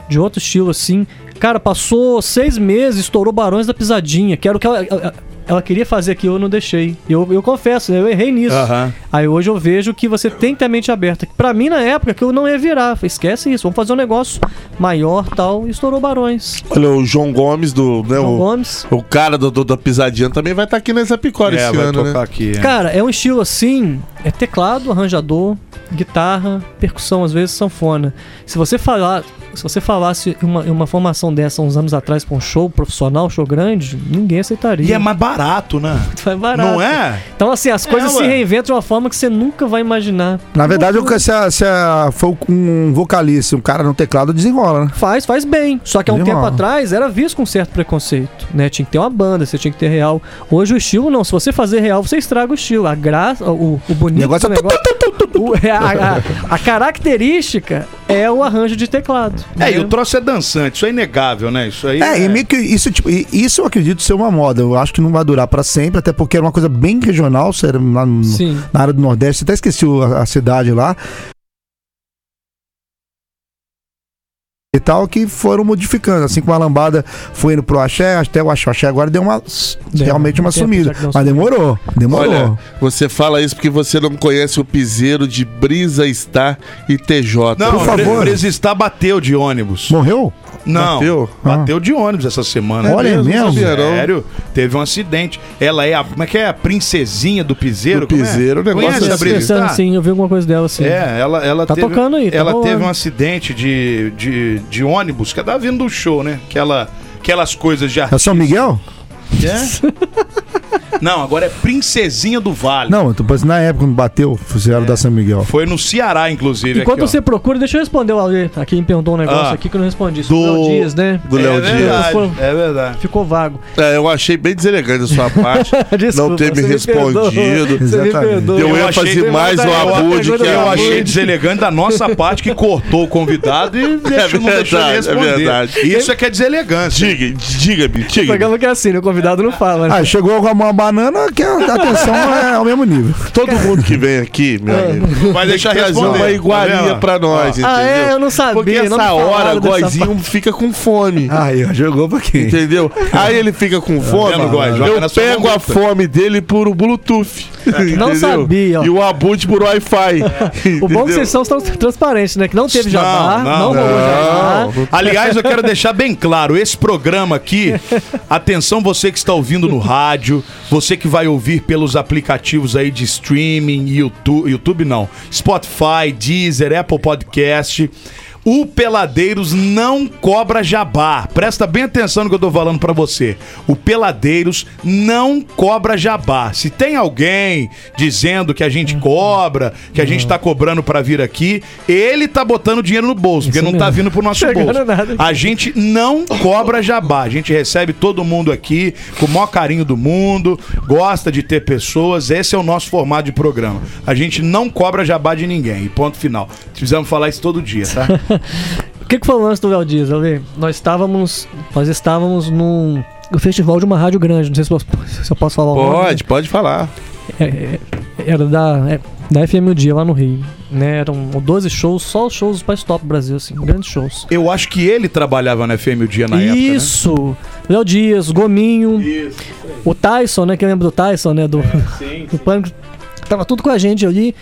Speaker 5: de outro estilo assim. Cara, passou seis meses, estourou Barões da Pisadinha, que era o que ela, ela, ela queria fazer aqui, eu não deixei. Eu, eu confesso, né, eu errei nisso.
Speaker 3: Aham.
Speaker 4: é
Speaker 5: Aí hoje eu vejo que você tem que ter a mente aberta. Pra mim, na época, que eu não ia virar. Falei, Esquece isso, vamos fazer um negócio maior tal. E estourou Barões.
Speaker 1: Olha, o João Gomes do. Né,
Speaker 5: João
Speaker 1: o,
Speaker 5: Gomes.
Speaker 1: o cara do, do- da pisadinha também vai estar aqui nessa picora
Speaker 3: É,
Speaker 1: esse
Speaker 3: vai
Speaker 1: ano,
Speaker 3: tocar
Speaker 1: né?
Speaker 3: aqui. é.
Speaker 5: Cara, é um estilo assim, é teclado, arranjador, guitarra, percussão, às vezes sanfona. Se você falar, se você falasse uma, uma formação dessa uns anos atrás pra um show profissional, show grande, ninguém aceitaria.
Speaker 3: E é mais barato, né?
Speaker 5: Vai barato.
Speaker 3: Não é?
Speaker 5: Então assim, as
Speaker 3: É,
Speaker 5: coisas se
Speaker 3: ué.
Speaker 5: reinventam de uma forma que você nunca vai imaginar.
Speaker 4: Na verdade,
Speaker 5: Loucura.
Speaker 4: eu, se, a, se a- for um vocalista, um cara no teclado, desenrola, né?
Speaker 5: Faz, faz bem. Só que há um
Speaker 4: Bem
Speaker 5: tempo
Speaker 4: mal.
Speaker 5: atrás era visto com certo preconceito, né? Tinha que ter uma banda, você tinha que ter real. Hoje o estilo não. Se você fazer real, você estraga o estilo. A graça, o, o bonito
Speaker 4: Negócio é
Speaker 5: do o- é, a, a- a característica é o arranjo de teclado.
Speaker 3: É, e
Speaker 5: né?
Speaker 3: o troço é dançante, isso é inegável, né? Isso aí.
Speaker 4: É, e meio que isso, tipo, e isso eu acredito ser uma moda. Eu acho que não vai durar pra sempre, até porque era uma coisa bem regional, isso era lá no-
Speaker 5: Sim.
Speaker 4: na área do Nordeste. Até esqueci o- a, a cidade lá. E tal, que foram modificando. Assim como a lambada foi indo pro axé, até o axé, o axé agora deu uma. realmente uma
Speaker 5: um tempo
Speaker 4: sumida.
Speaker 5: já que deu uma
Speaker 4: Mas demorou, demorou.
Speaker 1: Olha, você fala isso porque você não conhece o piseiro de Brisa Star e TJ.
Speaker 3: Não,
Speaker 4: Por favor.
Speaker 3: o Brisa está bateu de ônibus.
Speaker 4: Morreu?
Speaker 3: Não.
Speaker 1: Bateu?
Speaker 3: Bateu de ônibus essa semana.
Speaker 4: Olha, Ah. é
Speaker 1: não
Speaker 4: mesmo?
Speaker 1: sabia, não.
Speaker 3: Sério, teve um acidente. Ela é a. Como é que é? A princesinha do Piseiro?
Speaker 1: Do
Speaker 3: Como é?
Speaker 1: piseiro, o negócio
Speaker 3: Conhece
Speaker 1: é
Speaker 3: a
Speaker 1: Brisa?
Speaker 5: Pensando
Speaker 3: Brisa?
Speaker 5: assim, eu vi alguma coisa dela assim.
Speaker 3: tá? É, ela, ela
Speaker 5: Tá
Speaker 3: teve,
Speaker 5: tocando aí, tá
Speaker 3: ela
Speaker 5: rolando.
Speaker 3: teve um acidente de, de, de ônibus, que é da vindo do show, né? Aquela, aquelas coisas de
Speaker 4: É
Speaker 3: arte.
Speaker 4: o São Miguel?
Speaker 3: Não, agora é Princesinha do Vale.
Speaker 4: Não, eu tô pensando na época quando bateu, fizeram da São Miguel.
Speaker 3: Foi no Ceará, inclusive.
Speaker 5: Enquanto
Speaker 3: aqui, ó.
Speaker 5: você procura, deixa eu responder o Ale. Aqui me perguntou um negócio
Speaker 3: Ah.
Speaker 5: aqui que eu não respondi. Isso
Speaker 3: Do-
Speaker 5: do Léo Dias, né?
Speaker 1: Do
Speaker 3: É
Speaker 1: Léo Dias.
Speaker 3: verdade,
Speaker 5: Dias.
Speaker 3: é verdade.
Speaker 5: Ficou vago.
Speaker 1: É, eu achei bem deselegante a
Speaker 3: (laughs)
Speaker 1: sua parte. não ter me
Speaker 5: você perdoa.
Speaker 1: respondido.
Speaker 5: Você me
Speaker 4: Exatamente.
Speaker 5: perdoa.
Speaker 1: Deu
Speaker 3: Eu
Speaker 1: ênfase
Speaker 3: achei-
Speaker 1: mais no
Speaker 3: Eu-
Speaker 1: abude que
Speaker 3: Eu
Speaker 1: a-
Speaker 3: achei deselegante da nossa parte que cortou o convidado
Speaker 1: (laughs)
Speaker 3: e deixou, não deixou ele
Speaker 1: verdade, é
Speaker 3: responder.
Speaker 1: verdade.
Speaker 3: Isso é que é deselegância.
Speaker 1: Diga, diga-me,
Speaker 5: O
Speaker 1: diga.
Speaker 5: programa que é assim, né? O convidado não fala. né?
Speaker 4: Ah, chegou com uma banana que a atenção é ao mesmo nível.
Speaker 1: Todo mundo que vem aqui, meu amigo,
Speaker 3: Vai deixar
Speaker 1: deixa trazer
Speaker 3: responder.
Speaker 1: uma
Speaker 3: Tá
Speaker 1: iguaria
Speaker 3: vendo?
Speaker 1: pra nós, entendeu?
Speaker 5: É. Ah, é? Eu não sabia.
Speaker 1: Porque
Speaker 5: não me
Speaker 1: essa
Speaker 5: falaram
Speaker 1: hora,
Speaker 5: dessa Ah.
Speaker 1: Goizinho fica com fome.
Speaker 4: Aí, ó, jogou pra quem?
Speaker 1: Entendeu? Aí ele fica com fome,
Speaker 3: Tá vendo, Góis? Joga na
Speaker 1: eu
Speaker 3: sua
Speaker 1: pego a
Speaker 3: mangueta.
Speaker 1: fome dele por o Bluetooth.
Speaker 5: É. Não
Speaker 1: entendeu?
Speaker 5: sabia, ó.
Speaker 1: E o Abut por
Speaker 5: (laughs) O
Speaker 1: Wi-Fi.
Speaker 5: bom é que
Speaker 1: entendeu?
Speaker 5: vocês são tão transparentes, né? Que não teve
Speaker 3: Não,
Speaker 5: jabá, não,
Speaker 3: não,
Speaker 5: rolou jabá.
Speaker 3: Aliás, eu quero deixar bem claro, esse programa aqui, atenção você que está ouvindo no rádio, você que vai ouvir pelos aplicativos aí de streaming, YouTube, YouTube não, Spotify, Deezer, Apple Podcast. O Peladeiros não cobra jabá. Presta bem atenção no que eu tô falando pra você. O Peladeiros não cobra jabá. Se tem alguém dizendo que a gente cobra, que a gente tá cobrando pra vir aqui, ele tá botando dinheiro no bolso, porque
Speaker 5: Isso
Speaker 3: não tá
Speaker 5: mesmo.
Speaker 3: vindo pro nosso
Speaker 5: Chegando
Speaker 3: bolso.
Speaker 5: nada.
Speaker 3: A gente não cobra jabá. A gente recebe todo mundo aqui com o maior carinho do mundo, gosta de ter pessoas. Esse é o nosso formato de programa. A gente não cobra jabá de ninguém. E ponto final. Precisamos falar isso todo dia,
Speaker 5: (laughs)
Speaker 3: tá?
Speaker 5: O que, que foi o lance do Léo Dias, Ale? Nós estávamos. Nós estávamos num. no festival de uma rádio grande, não sei se eu posso, se eu posso falar o nome.
Speaker 1: Pode, pode falar.
Speaker 5: É, é, era da, é, da FM O Dia lá no Rio. Né? Eram 12 shows, só os shows mais top do Brasil, assim, grandes shows.
Speaker 3: Eu acho que ele trabalhava na FM o dia na época. né?
Speaker 5: Isso! Léo Dias, Gominho, o Tyson, né? Quem lembra do Tyson, né? Do, (laughs) do Pânico. Tava tudo com a gente ali.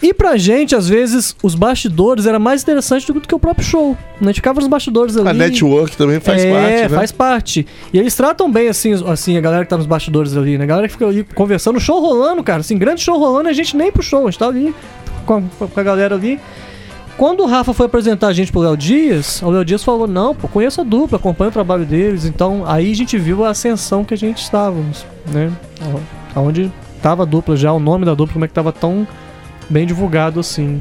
Speaker 5: E pra gente, às vezes, os bastidores era mais interessante do que o próprio show. né? A gente ficava nos bastidores ali.
Speaker 1: A network também faz
Speaker 5: é,
Speaker 1: parte, né?
Speaker 5: faz parte. E eles tratam bem, assim, os- assim, a galera que tá nos bastidores ali, né? A galera que fica ali conversando, o show rolando, cara. Assim, grande show rolando, a gente nem pro show, a gente tá ali com a, com a galera ali. Quando o Rafa foi apresentar a gente pro Léo Dias, o Léo Dias falou, não, pô, conheço a dupla, acompanho o trabalho deles. Então, aí a gente viu a ascensão que a gente estávamos, né? Ó, Aonde tava a dupla já, o nome da dupla, como é que tava tão bem divulgado, assim.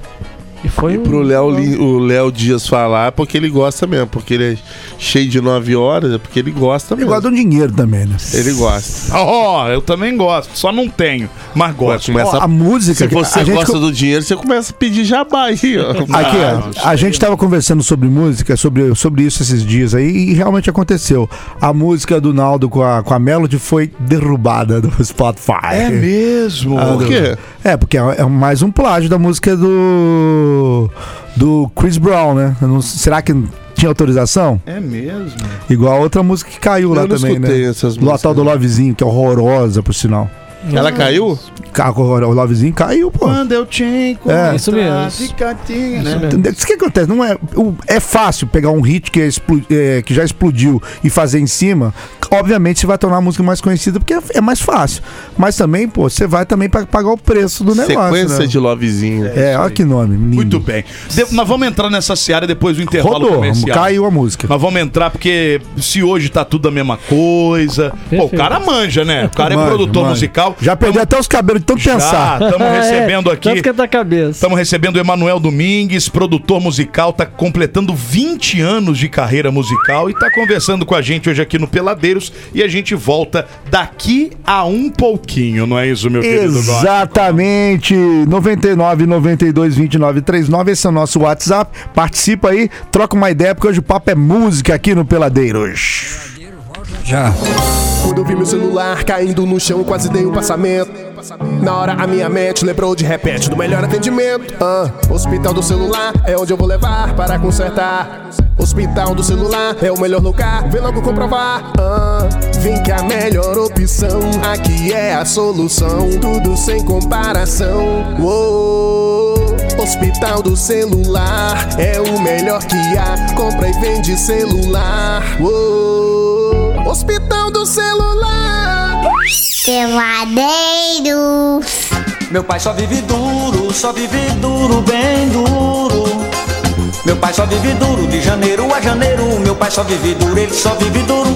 Speaker 5: E foi...
Speaker 1: E
Speaker 5: um-
Speaker 1: pro Léo, Lin- o Léo Dias falar, porque ele gosta mesmo, porque ele é cheio de nove horas, é porque ele gosta
Speaker 4: Ele
Speaker 1: mesmo.
Speaker 4: gosta de um dinheiro também, né?
Speaker 1: Ele gosta.
Speaker 3: Ó, eu também gosto. Só não tenho, mas gosto.
Speaker 1: Começa
Speaker 4: (laughs) Ó, a música.
Speaker 1: Se
Speaker 4: que
Speaker 1: você
Speaker 4: a gente
Speaker 1: gosta do dinheiro, você começa a pedir jabá aí, ó.
Speaker 4: Aqui,
Speaker 1: Ah,
Speaker 4: ó, a gente tava conversando sobre música, sobre, sobre isso esses dias aí, e realmente aconteceu. A música do Naldo com a, com a Melody foi derrubada do Spotify.
Speaker 3: É mesmo.
Speaker 1: Ah, Por quê?
Speaker 4: É, porque é, é mais um plágio da música do. do Chris Brown, né? Eu não- será que tinha autorização?
Speaker 3: É mesmo.
Speaker 4: Igual a outra música que caiu lá
Speaker 1: Eu não
Speaker 4: também,
Speaker 1: escutei
Speaker 4: né?
Speaker 1: essas
Speaker 4: Do tal
Speaker 1: músicas.
Speaker 4: do Lovezinho, que é horrorosa, por sinal.
Speaker 5: um
Speaker 1: Ela caiu?
Speaker 4: Ca- O Lovezinho caiu, pô.
Speaker 3: Quando eu te encontrar,
Speaker 4: É.
Speaker 5: Isso mesmo.
Speaker 3: fica quietinha,
Speaker 5: Isso
Speaker 3: né?
Speaker 5: mesmo.
Speaker 4: Entendeu? Isso que acontece, não é, o- é fácil pegar um hit que, é explo- é, que já explodiu e fazer em cima. Obviamente você vai tornar a música mais conhecida porque é, é mais fácil. Mas também, pô, você vai também para pagar o preço do negócio.
Speaker 1: Sequência
Speaker 4: né?
Speaker 1: de lovezinho.
Speaker 4: É, olha que nome. lindo.
Speaker 3: Muito bem. De- nós vamos entrar nessa seara depois do intervalo
Speaker 4: Rodou,
Speaker 3: comercial.
Speaker 4: caiu a música.
Speaker 3: Nós vamos entrar porque se hoje tá tudo a mesma coisa. Pô, o
Speaker 5: Perfeito.
Speaker 3: cara manja, né? O cara é
Speaker 4: Manja,
Speaker 3: produtor
Speaker 4: manja.
Speaker 3: musical.
Speaker 4: Já perdeu até os cabelos de tanto pensar.
Speaker 3: Estamos recebendo
Speaker 5: (laughs) É,
Speaker 3: aqui.
Speaker 5: Tanto que é da cabeça.
Speaker 3: Estamos recebendo o Emanuel Domingues, produtor musical, tá completando 20 anos de carreira musical e tá conversando com a gente hoje aqui no Peladeiros e a gente volta daqui a um pouquinho, não é isso, meu querido? Góes?
Speaker 4: Exatamente. 99 92 29 39, esse é o nosso WhatsApp. Participa aí, troca uma ideia, porque hoje o papo é música aqui no Peladeiros.
Speaker 6: Quando eu vi meu celular caindo no chão, eu quase dei um passamento. Na hora a minha mente lembrou de repente do melhor atendimento. Ah, hospital do celular é onde eu vou levar para consertar. Hospital do celular é o melhor lugar, vem logo comprovar. Ah, vem que a melhor opção aqui é a solução, tudo sem comparação. Uou. Hospital do celular é o melhor que há, compra e vende celular. Uou. Hospital do celular.
Speaker 7: Peladeiros.
Speaker 2: Meu pai só vive duro, só vive duro, bem duro. Meu pai só vive duro, de janeiro a janeiro. Meu pai só vive duro, ele só vive duro.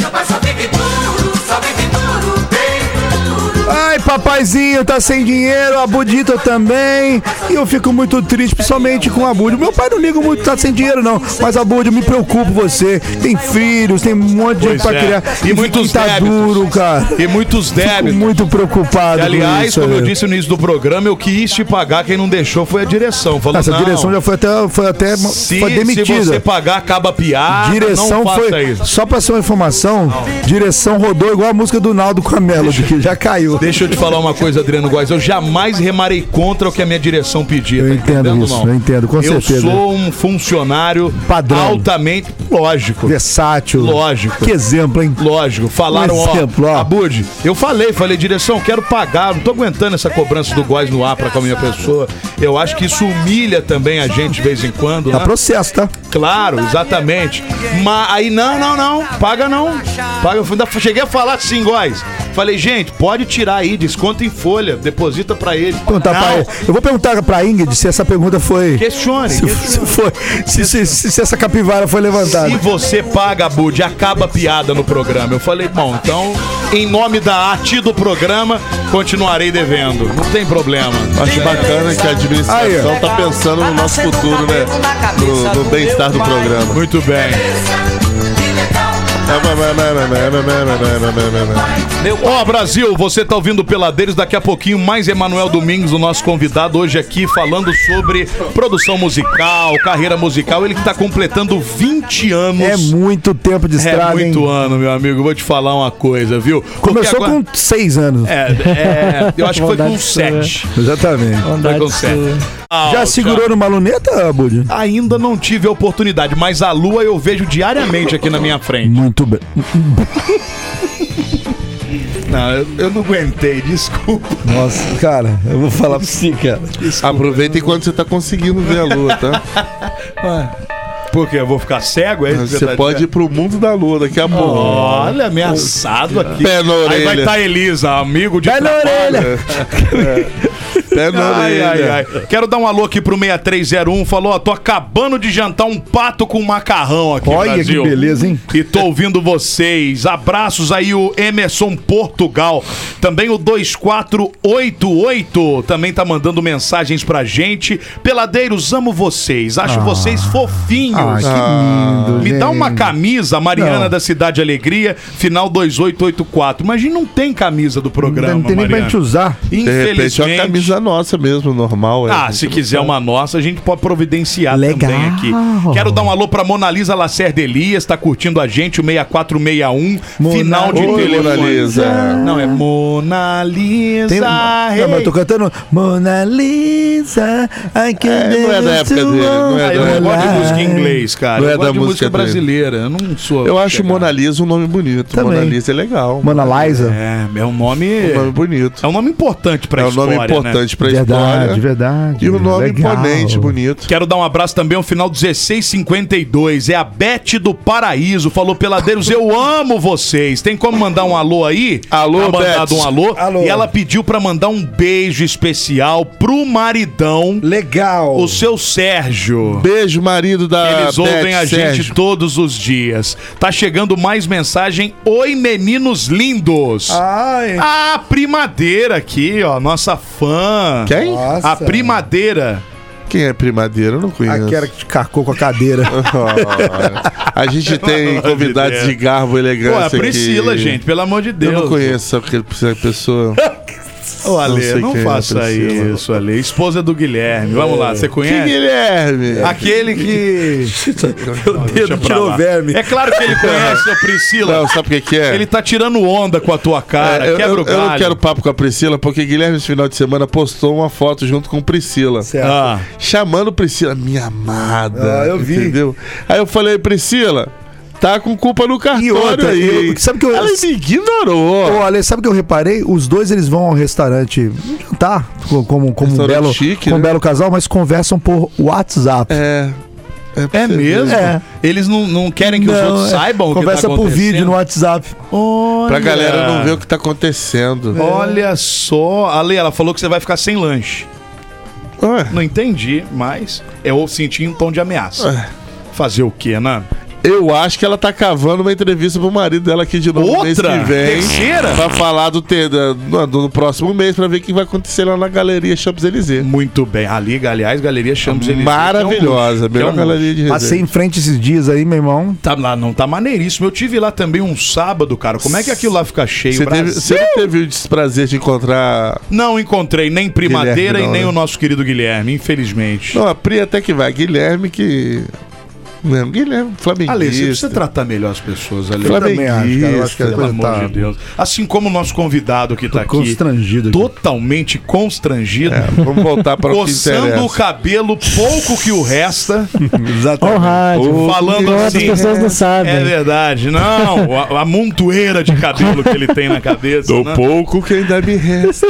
Speaker 2: Meu pai só vive duro, só vive duro, bem duro.
Speaker 4: Ai, papaizinho, tá sem dinheiro, a Budita também. E eu fico muito triste, principalmente com a Bud. Meu pai não liga muito, tá sem dinheiro, não. Mas a Bud, eu me preocupo com você. Tem filhos, tem um monte de gente pra
Speaker 3: é.
Speaker 4: criar.
Speaker 3: E
Speaker 4: fica-
Speaker 3: muitos
Speaker 4: tá
Speaker 3: débitos.
Speaker 4: duro, cara.
Speaker 3: E muitos
Speaker 4: Fico
Speaker 3: débitos.
Speaker 4: muito preocupado.
Speaker 3: E,
Speaker 4: com
Speaker 3: aliás,
Speaker 4: isso, é.
Speaker 3: como eu
Speaker 4: aí.
Speaker 3: disse no início do programa, eu quis te pagar, quem não deixou foi a direção. Falou,
Speaker 4: Essa
Speaker 3: não,
Speaker 4: direção já foi até, foi até
Speaker 3: se,
Speaker 4: foi
Speaker 3: Se você
Speaker 4: demitida.
Speaker 3: pagar, acaba a piada.
Speaker 4: Direção
Speaker 3: não faça
Speaker 4: foi.
Speaker 3: Isso.
Speaker 4: Só pra ser uma informação, direção rodou igual a música do Naldo com a Melody, que já caiu.
Speaker 3: Deixa eu te falar uma coisa, Adriano Góes. Eu jamais remarei contra o que a minha direção pedia.
Speaker 4: Eu
Speaker 3: tá
Speaker 4: entendo
Speaker 3: entendendo,
Speaker 4: isso,
Speaker 3: não?
Speaker 4: eu entendo, com certeza.
Speaker 3: Eu sou um funcionário
Speaker 4: Padrão.
Speaker 3: altamente. Lógico.
Speaker 4: Versátil.
Speaker 3: Lógico.
Speaker 4: Que exemplo, hein?
Speaker 3: Lógico, falaram,
Speaker 4: Um exemplo,
Speaker 3: ó,
Speaker 4: ó.
Speaker 3: Abud, eu falei, falei, direção, quero pagar, não tô aguentando essa cobrança do Góes no ar pra com a minha pessoa. Eu acho que isso humilha também a gente de vez em quando,
Speaker 4: Tá
Speaker 3: né?
Speaker 4: processo, tá?
Speaker 3: Claro, exatamente. Mas aí, não, não, não, paga não. Paga, eu fui- ainda cheguei a falar assim, Góes. Falei, gente, pode tirar aí, desconta em folha, deposita pra ele.
Speaker 4: Perguntar pra-
Speaker 3: Não,
Speaker 4: eu vou perguntar pra Ingrid se essa pergunta foi.
Speaker 3: Questione.
Speaker 4: (laughs) Se,
Speaker 3: questione.
Speaker 4: se foi se, se- se- se essa capivara foi levantada.
Speaker 3: Se você paga, Bud, acaba a piada no programa. Eu falei, bom, então, em nome da arte do programa, continuarei devendo. Não tem problema.
Speaker 1: Acho bacana que a administração
Speaker 4: Aí,
Speaker 1: tá pensando no nosso futuro, né? No, no bem-estar do programa.
Speaker 3: Muito bem. Ó, Brasil, você tá ouvindo Peladeiros, daqui a pouquinho mais Emanuel Domingos, o nosso convidado hoje aqui, falando sobre produção musical, carreira musical. Ele que tá completando 20 anos.
Speaker 4: É muito tempo de
Speaker 3: É
Speaker 4: estrada,
Speaker 3: muito
Speaker 4: hein?
Speaker 3: ano, meu amigo. Vou te falar uma coisa, viu? Porque
Speaker 4: Começou
Speaker 3: agora-
Speaker 4: com seis anos.
Speaker 3: É, é, eu acho que foi com
Speaker 5: Maldade sua.
Speaker 3: 7.
Speaker 4: Exatamente.
Speaker 3: Foi com
Speaker 5: Bondade sua.
Speaker 3: 7.
Speaker 4: Já segurou numa luneta, Bud?
Speaker 3: Ah, Ainda não tive a oportunidade, mas a lua eu vejo diariamente aqui na minha frente.
Speaker 4: Muito bem.
Speaker 3: Não, eu, eu não aguentei, desculpa.
Speaker 4: Nossa, cara, eu vou falar pra você, cara.
Speaker 1: Aproveita enquanto você tá conseguindo ver a
Speaker 4: (laughs)
Speaker 1: lua, tá?
Speaker 3: Porque eu vou ficar cego, é isso que você
Speaker 1: Você
Speaker 3: tá
Speaker 1: pode
Speaker 3: dizendo?
Speaker 1: ir pro mundo da lua daqui a
Speaker 4: Oh.
Speaker 1: pouco.
Speaker 3: Olha, ameaçado aqui.
Speaker 1: Pé na
Speaker 3: Aí vai
Speaker 1: orelha.
Speaker 3: estar Elisa, amigo de
Speaker 4: Pé na
Speaker 3: trabalho.
Speaker 4: orelha.
Speaker 1: Pé na
Speaker 3: Ai,
Speaker 1: orelha.
Speaker 3: ai, ai. Quero dar um alô aqui pro 6301. Falou, ó, tô acabando de jantar um pato com macarrão aqui,
Speaker 4: Olha
Speaker 3: Brasil.
Speaker 4: que beleza, hein?
Speaker 3: E tô ouvindo vocês. Abraços aí o Emerson Portugal. Também o 2488 também tá mandando mensagens pra gente. Peladeiros, amo vocês. Acho vocês fofinhos.
Speaker 4: Ah, que lindo,
Speaker 3: Me dá
Speaker 4: gente.
Speaker 3: uma camisa, Mariana
Speaker 4: Não.
Speaker 3: da Cidade Alegria, final 2884. Imagina, não tem camisa do programa,
Speaker 4: Não tem nem pra
Speaker 3: Mariana.
Speaker 4: gente usar.
Speaker 1: De repente é uma
Speaker 3: Infelizmente.
Speaker 1: camisa nossa mesmo, normal. é.
Speaker 3: Ah, se quiser uma nossa, a gente pode providenciar
Speaker 4: Legal.
Speaker 3: também aqui. Quero dar um alô pra Monalisa Lacerda Elias, tá curtindo a gente, o 6461,
Speaker 4: Mona-
Speaker 3: final de
Speaker 1: Oi,
Speaker 3: telefone.
Speaker 1: Monalisa.
Speaker 3: Não, é Monalisa.
Speaker 4: Tem...
Speaker 3: hey.
Speaker 1: um-
Speaker 4: Não, mas eu tô cantando Mona Lisa. I can't
Speaker 1: É, não é da época dele, não é
Speaker 3: Ah, eu
Speaker 1: da-
Speaker 3: não gosto de música em inglês, cara.
Speaker 1: Não
Speaker 3: eu
Speaker 1: é
Speaker 3: gosto
Speaker 1: da
Speaker 3: de música
Speaker 1: música dele.
Speaker 3: brasileira. Eu não sou.
Speaker 1: Eu acho
Speaker 3: chegado.
Speaker 1: Mona Lisa um nome bonito.
Speaker 4: Também.
Speaker 1: Mona Lisa é legal.
Speaker 4: Mona Lisa.
Speaker 3: É, é um nome.
Speaker 1: É um nome bonito.
Speaker 3: É um nome importante pra
Speaker 1: É um
Speaker 3: história.
Speaker 1: nome
Speaker 3: né?
Speaker 1: importante pra
Speaker 4: Verdade,
Speaker 1: história.
Speaker 4: verdade.
Speaker 1: E o nome
Speaker 4: Legal.
Speaker 1: imponente, bonito.
Speaker 3: Quero dar um abraço também ao final 1652. É a Bete do Paraíso. Falou, peladeiros, eu amo vocês. Tem como mandar um alô aí?
Speaker 1: Alô,
Speaker 3: tá mandado
Speaker 1: Bete.
Speaker 3: um alô.
Speaker 4: Alô.
Speaker 3: E ela pediu pra mandar um beijo especial pro maridão,
Speaker 4: Legal.
Speaker 3: o seu Sérgio.
Speaker 1: Beijo, marido da
Speaker 3: Eles ouvem
Speaker 1: Ah, Beth
Speaker 3: a gente
Speaker 1: Sérgio.
Speaker 3: todos os dias. Tá chegando mais mensagem. Oi, meninos lindos.
Speaker 1: Ah.
Speaker 4: Ai.
Speaker 3: A primadeira aqui, ó, nossa fã.
Speaker 1: Quem?
Speaker 3: A primadeira.
Speaker 1: Quem é primadeira? Eu não conheço. (laughs)
Speaker 4: Aquela que te carcou com a (laughs) cadeira.
Speaker 1: Ora, a
Speaker 3: (laughs)
Speaker 1: gente tem
Speaker 3: amor de
Speaker 1: convidados
Speaker 3: Deus.
Speaker 1: de garbo e
Speaker 3: Pô, é
Speaker 1: elegância
Speaker 3: a Priscila,
Speaker 1: aqui.
Speaker 3: gente, pelo amor de
Speaker 1: Eu
Speaker 3: Deus.
Speaker 1: não conheço
Speaker 3: (laughs)
Speaker 1: essa pessoa.
Speaker 3: Ô, Ale,
Speaker 1: sei
Speaker 3: não,
Speaker 1: quem é,
Speaker 3: faça
Speaker 1: Priscila.
Speaker 3: isso, Ale. Esposa do Guilherme. Vamos lá, você
Speaker 1: Que
Speaker 3: conhece?
Speaker 1: Guilherme!
Speaker 3: Aquele
Speaker 1: (laughs)
Speaker 3: que. Meu
Speaker 4: dedo tirou verme.
Speaker 3: É claro que ele conhece a Priscila.
Speaker 1: Não, sabe o que, que é?
Speaker 3: Ele tá tirando onda com a tua cara.
Speaker 1: É, eu,
Speaker 3: Quebra
Speaker 1: eu-
Speaker 3: o
Speaker 1: eu
Speaker 3: galho.
Speaker 1: não quero papo com a Priscila, porque Guilherme, esse final de semana, postou uma foto junto com Priscila.
Speaker 3: Ah,
Speaker 1: Chamando Priscila, minha amada.
Speaker 4: Ah, eu vi.
Speaker 1: Entendeu? Aí eu falei, Priscila, tá com culpa no cartório
Speaker 4: outra,
Speaker 1: aí.
Speaker 4: eu- sabe que eu-
Speaker 1: Ela
Speaker 3: é
Speaker 1: me
Speaker 4: Ô,
Speaker 1: ignorou.
Speaker 4: Ale, sabe o que eu reparei? Os dois eles vão ao restaurante jantar, co- como, como um
Speaker 1: Restaurante
Speaker 4: belo,
Speaker 1: chique,
Speaker 4: com um
Speaker 1: né?
Speaker 4: belo casal, mas conversam por WhatsApp.
Speaker 1: É. pra
Speaker 3: é
Speaker 1: você ver.
Speaker 3: mesmo?
Speaker 4: É.
Speaker 3: Eles não, não querem que os
Speaker 4: Não,
Speaker 3: outros
Speaker 4: é.
Speaker 3: saibam o que
Speaker 4: Conversa
Speaker 3: tá
Speaker 4: por vídeo no
Speaker 3: acontecendo?
Speaker 4: WhatsApp.
Speaker 3: Olha.
Speaker 1: é? Pra galera não ver o que tá acontecendo.
Speaker 4: É.
Speaker 3: Olha só. Ale, ela falou que você vai ficar sem lanche.
Speaker 1: Ué,
Speaker 3: Não entendi, mas eu senti um tom de ameaça.
Speaker 1: É.
Speaker 3: Fazer o quê, né?
Speaker 1: Eu acho que ela tá cavando uma entrevista pro marido dela aqui de novo no mês
Speaker 3: Outra?
Speaker 1: que vem.
Speaker 3: Terceira?
Speaker 1: Pra falar do, te- da- do, do próximo mês, pra ver o que vai acontecer lá na Galeria Champs-Élysées.
Speaker 3: Muito bem. Ali, aliás, Galeria Champs Élysées.
Speaker 1: Maravilhosa,
Speaker 3: que é um-
Speaker 1: melhor
Speaker 3: que é um-
Speaker 1: galeria de
Speaker 4: Passei
Speaker 1: resenha.
Speaker 4: em frente esses dias aí, meu irmão.
Speaker 3: Tá lá, não, tá maneiríssimo. Eu tive lá também um sábado, cara. Como é que aquilo lá fica cheio?
Speaker 1: Você, teve,
Speaker 3: Brasil?
Speaker 1: você não teve o desprazer de encontrar.
Speaker 3: Não encontrei nem Primadeira
Speaker 1: Guilherme não,
Speaker 3: e nem
Speaker 1: né?
Speaker 3: o nosso querido Guilherme, infelizmente.
Speaker 1: Não, a Pri até que vai. Guilherme que. Não, Guilherme,
Speaker 3: Ale, você precisa
Speaker 1: flamenguista.
Speaker 3: tratar melhor as pessoas, Ale.
Speaker 1: Flamengo,
Speaker 4: também acho, cara. Eu acho que a
Speaker 1: Pelo
Speaker 3: Pelo
Speaker 4: coisa
Speaker 3: amor
Speaker 4: tá
Speaker 3: de Deus. Assim como o nosso convidado que tá aqui,
Speaker 4: constrangido. aqui.
Speaker 3: totalmente constrangido,
Speaker 1: É, vamos voltar para o que
Speaker 3: coçando o
Speaker 1: interessa.
Speaker 3: cabelo pouco que o resta.
Speaker 5: Olha o
Speaker 4: (laughs) Exatamente.
Speaker 5: rádio.
Speaker 3: falando
Speaker 5: Igual
Speaker 3: assim,
Speaker 5: Então, As pessoas
Speaker 3: é,
Speaker 5: não sabem.
Speaker 3: É verdade, não. A, a montoeira de cabelo que ele tem na cabeça.
Speaker 1: Do
Speaker 3: né?
Speaker 1: pouco que ainda me resta.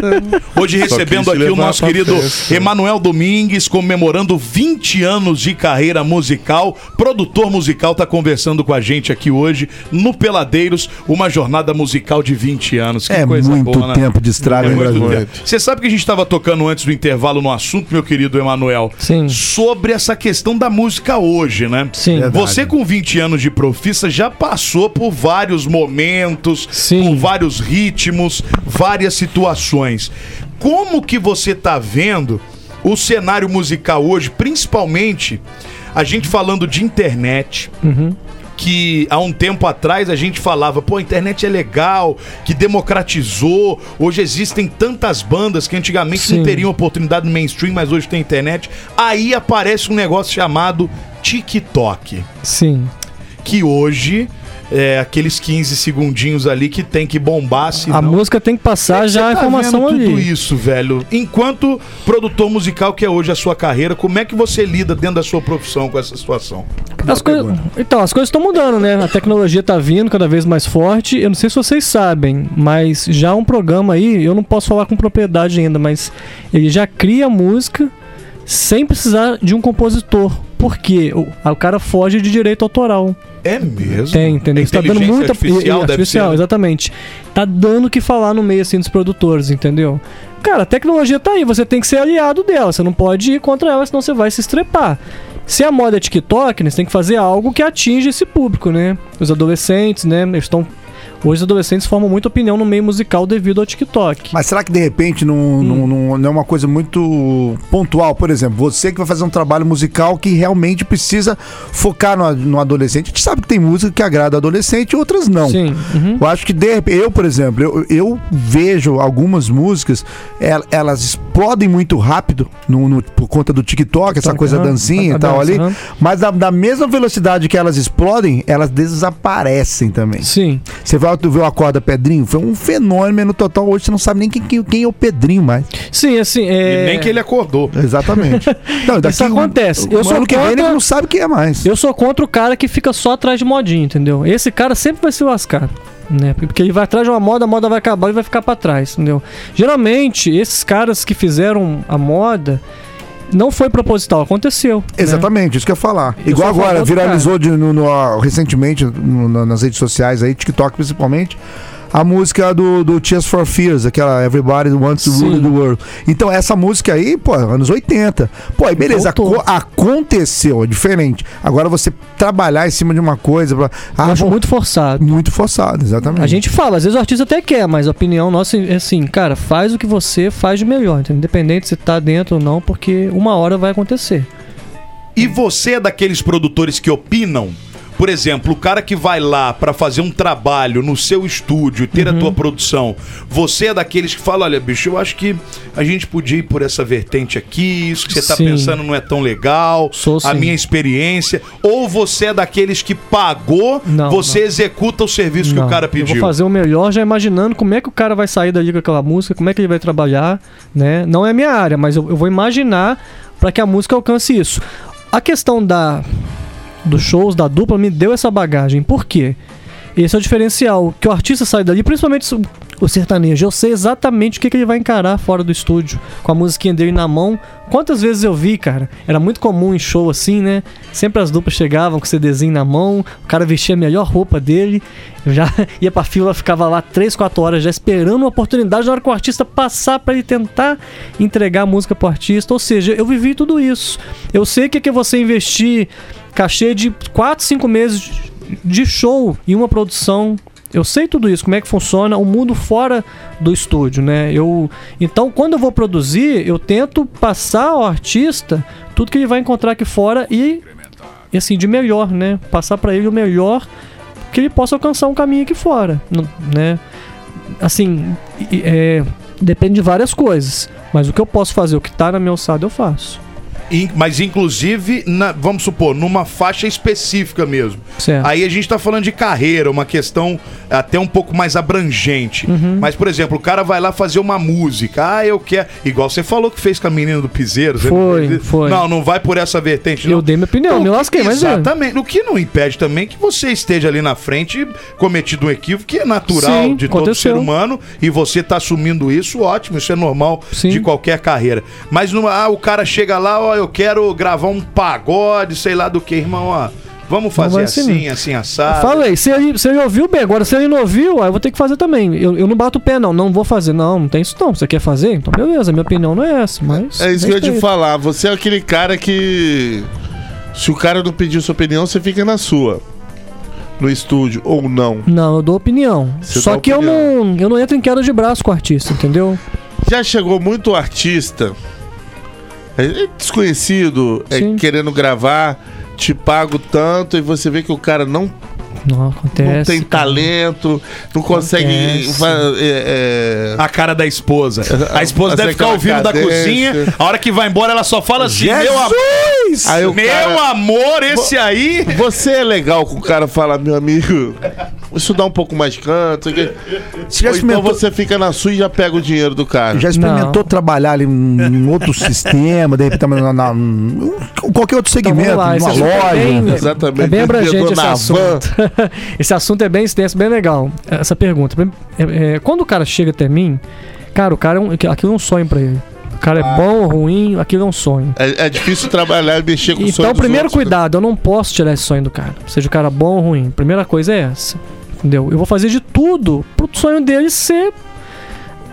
Speaker 3: Hoje
Speaker 1: Só
Speaker 3: recebendo
Speaker 1: quis
Speaker 3: aqui o
Speaker 1: levar
Speaker 3: nosso
Speaker 1: pra
Speaker 3: querido
Speaker 1: festa.
Speaker 3: Emanuel Domingues, comemorando 20 anos de carreira musical, produtor musical, tá conversando com a gente aqui hoje no Peladeiros, uma jornada musical de 20 anos. Que
Speaker 4: É
Speaker 3: coisa
Speaker 4: muito
Speaker 3: boa, né?
Speaker 4: tempo de estrada,
Speaker 3: É
Speaker 4: hein,
Speaker 3: muito
Speaker 4: Brasil?
Speaker 3: tempo. Você sabe que a gente estava tocando antes do intervalo no assunto, meu querido Emanuel?
Speaker 5: Sim.
Speaker 3: Sobre essa questão da música hoje, né?
Speaker 5: Sim. Verdade.
Speaker 3: Você com 20 anos de profissa já passou por vários momentos,
Speaker 5: Sim.
Speaker 3: por vários ritmos, várias situações. Como que você tá vendo o cenário musical hoje, principalmente a gente falando de internet, que há um tempo atrás a gente falava, pô, a internet é legal, que democratizou, hoje existem tantas bandas que antigamente não
Speaker 5: Sim.
Speaker 3: teriam oportunidade no mainstream, mas hoje tem internet. Aí aparece um negócio chamado TikTok,
Speaker 5: Sim.
Speaker 3: que hoje é aqueles 15 segundinhos ali que tem que bombar, se
Speaker 5: A música tem que passar já a
Speaker 3: tá
Speaker 5: informação
Speaker 3: vendo tudo
Speaker 5: ali.
Speaker 3: isso, velho. Enquanto produtor musical que é hoje a sua carreira, como é que você lida dentro da sua profissão com essa situação?
Speaker 5: As
Speaker 3: tá
Speaker 5: coi- Então, as coisas estão mudando, né? A tecnologia tá vindo cada vez mais forte. Eu não sei se vocês sabem, mas já um programa aí, eu não posso falar com propriedade ainda, mas ele já cria música sem precisar de um compositor. Porque o, a- o cara foge de direito autoral.
Speaker 3: É mesmo?
Speaker 5: Tem, entendeu? Isso tá dando
Speaker 3: Inteligência
Speaker 5: muita
Speaker 3: artificial,
Speaker 5: e- e-
Speaker 3: deve
Speaker 5: artificial,
Speaker 3: ser. né?
Speaker 5: exatamente. Tá dando o que falar no meio assim dos produtores, entendeu? Cara, a tecnologia tá aí, você tem que ser aliado dela, você não pode ir contra ela, senão você vai se estrepar. Se a moda é TikTok, né, você tem que fazer algo que atinja esse público, né? Os adolescentes, né? Eles estão Hoje os adolescentes formam muita opinião no meio musical devido ao TikTok.
Speaker 4: Mas será que de repente não,
Speaker 5: Hum.
Speaker 4: não- não- não é uma coisa muito pontual? Por exemplo, você que vai fazer um trabalho musical que realmente precisa focar no, no adolescente. A gente sabe que tem música que agrada adolescente e outras não.
Speaker 5: Sim. uhum.
Speaker 4: Eu acho que de repente, eu, por exemplo, eu, eu vejo algumas músicas, el- elas explodem muito rápido no, no- por conta do TikTok, essa
Speaker 5: TikTok,
Speaker 4: coisa
Speaker 5: aham,
Speaker 4: dancinha
Speaker 5: a
Speaker 4: e tal
Speaker 5: dança,
Speaker 4: ali.
Speaker 5: aham.
Speaker 4: Mas da, da mesma velocidade que elas explodem, elas desaparecem também.
Speaker 5: Sim.
Speaker 4: Você vai ver o Acorda Pedrinho? Foi um fenômeno total. Hoje você não sabe nem quem, quem- quem é o Pedrinho mais.
Speaker 5: Sim, assim, é...
Speaker 3: E nem que ele acordou.
Speaker 4: Exatamente. (laughs) Não,
Speaker 5: Isso acontece.
Speaker 4: eu
Speaker 5: Eu sou
Speaker 4: sou que vem,
Speaker 5: contra-
Speaker 4: ele não sabe quem é mais.
Speaker 5: Eu sou contra o cara que fica só atrás de modinha, entendeu? Esse cara sempre vai se lascar. Né? Porque ele vai atrás de uma moda, a moda vai acabar e vai ficar pra trás, entendeu? Geralmente, esses caras que fizeram a moda não foi proposital, aconteceu. né?
Speaker 4: Exatamente, isso que eu ia falar. Igual
Speaker 5: sou a
Speaker 4: agora,
Speaker 5: favor do
Speaker 4: viralizou de- no- no- ó, recentemente no- na- nas redes sociais aí, TikTok principalmente. A música do, do Tears for Fears, aquela Everybody Wants to Rule
Speaker 5: Sim.
Speaker 4: the World. Então, essa música aí, pô, anos 80. Pô, aí beleza,
Speaker 5: Voltou.
Speaker 4: aco- aconteceu, é diferente. Agora você trabalhar em cima de uma coisa. Pra,
Speaker 5: Eu
Speaker 4: ah,
Speaker 5: acho
Speaker 4: bom,
Speaker 5: muito forçado.
Speaker 4: Muito forçado, exatamente.
Speaker 5: A gente fala, às vezes o artista até quer, mas a opinião nossa é assim, cara, faz o que você faz de melhor, entendeu? independente se tá dentro ou não, porque uma hora vai acontecer.
Speaker 3: E você é daqueles produtores que opinam? Por exemplo, o cara que vai lá pra fazer um trabalho no seu estúdio, ter
Speaker 5: Uhum.
Speaker 3: a tua produção, você é daqueles que fala, olha, bicho, eu acho que a gente podia ir por essa vertente aqui, isso que você tá
Speaker 5: Sim.
Speaker 3: pensando não é tão legal,
Speaker 5: Sou
Speaker 3: a
Speaker 5: sim.
Speaker 3: minha experiência, ou você é daqueles que pagou,
Speaker 5: Não,
Speaker 3: você
Speaker 5: não.
Speaker 3: executa o serviço que
Speaker 5: Não,
Speaker 3: o cara pediu.
Speaker 5: Eu vou fazer o melhor já imaginando como é que o cara vai sair dali com aquela música, como é que ele vai trabalhar, né? Não é minha área, mas eu, eu vou imaginar pra que a música alcance isso. A questão da dos shows, da dupla, me deu essa bagagem. Por quê? Esse é o diferencial. Que o artista sai dali, principalmente o- o sertanejo, eu sei exatamente o que, que ele vai encarar fora do estúdio, com a musiquinha dele na mão. Quantas vezes eu vi, cara? Era muito comum em show assim, né? Sempre as duplas chegavam com o CDzinho na mão, o cara vestia a melhor roupa dele, eu já (laughs) ia pra fila, ficava lá 3, 4 horas já esperando uma oportunidade na hora que o artista passar pra ele tentar entregar a música pro artista. Ou seja, eu vivi tudo isso. Eu sei que é que você investir cachê de 4, 5 meses de show em uma produção. Eu sei tudo isso, como é que funciona o mundo fora do estúdio, né? Eu, então, quando eu vou produzir, eu tento passar ao artista tudo que ele vai encontrar aqui fora e, e assim, de melhor, né? Passar pra ele o melhor que ele possa alcançar um caminho aqui fora, n- né? Assim, e- e- é, depende de várias coisas, mas o que eu posso fazer, o que tá na minha alçada, eu faço.
Speaker 3: In- mas inclusive, na- vamos supor, numa faixa específica mesmo.
Speaker 5: Certo.
Speaker 3: Aí a gente tá falando de carreira, uma questão até um pouco mais abrangente.
Speaker 5: Uhum.
Speaker 3: Mas, por exemplo, o cara vai lá fazer uma música. Ah, eu quero. Igual você falou que fez com a menina do Piseiro. você
Speaker 5: Foi,
Speaker 3: não fez isso?
Speaker 5: foi.
Speaker 3: Não, não vai por essa vertente.
Speaker 5: Eu
Speaker 3: não.
Speaker 5: dei minha opinião,
Speaker 3: Então,
Speaker 5: me lasquei, mas é.
Speaker 3: Exatamente. O que não impede também é que você esteja ali na frente cometido um equívoco que é natural
Speaker 5: Sim,
Speaker 3: de todo
Speaker 5: aconteceu.
Speaker 3: ser humano e você tá assumindo isso, ótimo, isso é normal
Speaker 5: Sim.
Speaker 3: de qualquer carreira. Mas não, ah, o cara chega lá, ó, eu quero gravar um pagode, sei lá do que, irmão, ó. Vamos fazer
Speaker 5: vai assim,
Speaker 3: assim,
Speaker 5: não.
Speaker 3: assim, assado.
Speaker 5: Falei, se ele, se ele ouviu bem, agora se ele não ouviu, aí eu vou ter que fazer também. Eu, eu não bato o pé, não. Não vou fazer, não. Não tem isso, não. Você quer fazer? Então, beleza. Minha opinião não é essa, mas.
Speaker 1: (laughs) É isso que eu ia te
Speaker 5: respeito.
Speaker 1: falar. Você é aquele cara que. Se o cara não pedir sua opinião, você fica na sua. No estúdio, ou não.
Speaker 5: Não, eu dou opinião.
Speaker 1: Você
Speaker 5: Só
Speaker 1: dá
Speaker 5: que eu
Speaker 1: opinião.
Speaker 5: não eu não entro em queda de braço com o artista, entendeu?
Speaker 1: Já chegou muito artista. é, é desconhecido, é,
Speaker 5: Sim.
Speaker 1: querendo gravar, te pago tanto, e você vê que o cara não,
Speaker 5: Não
Speaker 1: não
Speaker 5: acontece.
Speaker 1: tem
Speaker 5: cara.
Speaker 1: talento, não consegue.
Speaker 5: Acontece.
Speaker 1: fa- é, é,
Speaker 3: A cara da
Speaker 5: (laughs)
Speaker 3: esposa. A esposa
Speaker 1: Fazer
Speaker 3: deve ficar
Speaker 1: aquela
Speaker 3: ouvindo da
Speaker 1: cadência.
Speaker 3: cozinha. A hora que vai embora, ela só fala assim: Meu, amor,
Speaker 4: Jesus!
Speaker 1: Aí o
Speaker 3: meu
Speaker 1: cara-
Speaker 3: amor, esse aí.
Speaker 1: Você é legal com o cara fala, meu amigo. Isso dá um pouco mais de canto. isso aqui."
Speaker 4: Você já
Speaker 1: Ou então
Speaker 4: experimentou,
Speaker 1: você fica na sua e já pega o dinheiro do cara.
Speaker 4: já experimentou trabalhar ali em outro sistema, de repente, na, na- um- qualquer outro
Speaker 5: Então, vamos
Speaker 4: segmento,
Speaker 5: lá, esse
Speaker 4: numa
Speaker 5: assunto é
Speaker 4: loja.
Speaker 5: bem-
Speaker 1: Exatamente.
Speaker 5: É bem abrangente
Speaker 1: Vendedor
Speaker 5: esse
Speaker 1: na
Speaker 5: assunto. (laughs) esse assunto é bem extenso, bem legal. Essa pergunta. É, é, quando o cara chega até mim, cara, o cara é um, aquilo é um sonho pra ele. O cara é bom ou ruim, aquilo é um sonho.
Speaker 1: É, é difícil trabalhar e mexer com o sonho
Speaker 5: Então,
Speaker 1: dos
Speaker 5: primeiro
Speaker 1: outros, né?
Speaker 5: cuidado, eu não posso tirar esse sonho do cara. Seja o cara bom ou ruim. Primeira coisa é essa. Entendeu? Eu vou fazer de tudo pro sonho dele ser.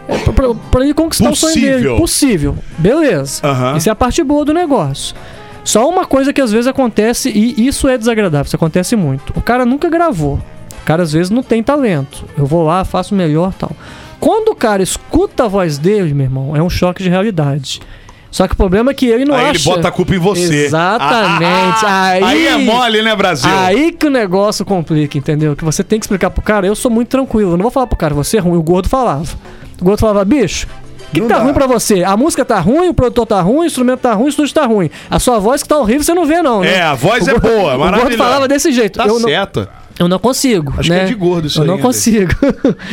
Speaker 5: é, pra- Pra, pra ele conquistar o sonho
Speaker 3: Possível.
Speaker 5: dele. Possível. Beleza.
Speaker 3: Aham.
Speaker 5: Isso é a parte boa do negócio. Só uma coisa que às vezes acontece, e isso é desagradável, isso acontece muito. O cara nunca gravou. O cara às vezes não tem talento. Eu vou lá, faço o melhor tal. Quando o cara escuta a voz dele, meu irmão, é um choque de realidade. Só que o problema é que ele não
Speaker 3: Aí
Speaker 5: acha.
Speaker 3: ele bota a culpa em você.
Speaker 5: Exatamente.
Speaker 3: Aí,
Speaker 5: Aí-
Speaker 3: é mole, né, Brasil?
Speaker 5: Aí que o negócio complica, entendeu? Que você tem que explicar pro cara. Eu sou muito tranquilo, eu não vou falar pro cara, você é ruim. O gordo falava. O gordo falava, bicho. O que, que tá ruim pra você? A música tá ruim, o produtor tá ruim, o instrumento tá ruim, o estúdio tá ruim. A sua voz que tá horrível, você não vê, não. né?
Speaker 3: É, a voz é boa,
Speaker 5: (laughs) O gordo
Speaker 3: maravilhosa.
Speaker 5: falava desse jeito.
Speaker 3: Tá
Speaker 5: eu, não,
Speaker 3: certo.
Speaker 5: eu não consigo.
Speaker 3: Acho que
Speaker 5: né?
Speaker 3: é de gordo isso
Speaker 5: Eu
Speaker 3: aí,
Speaker 5: não
Speaker 3: André.
Speaker 5: consigo. (laughs)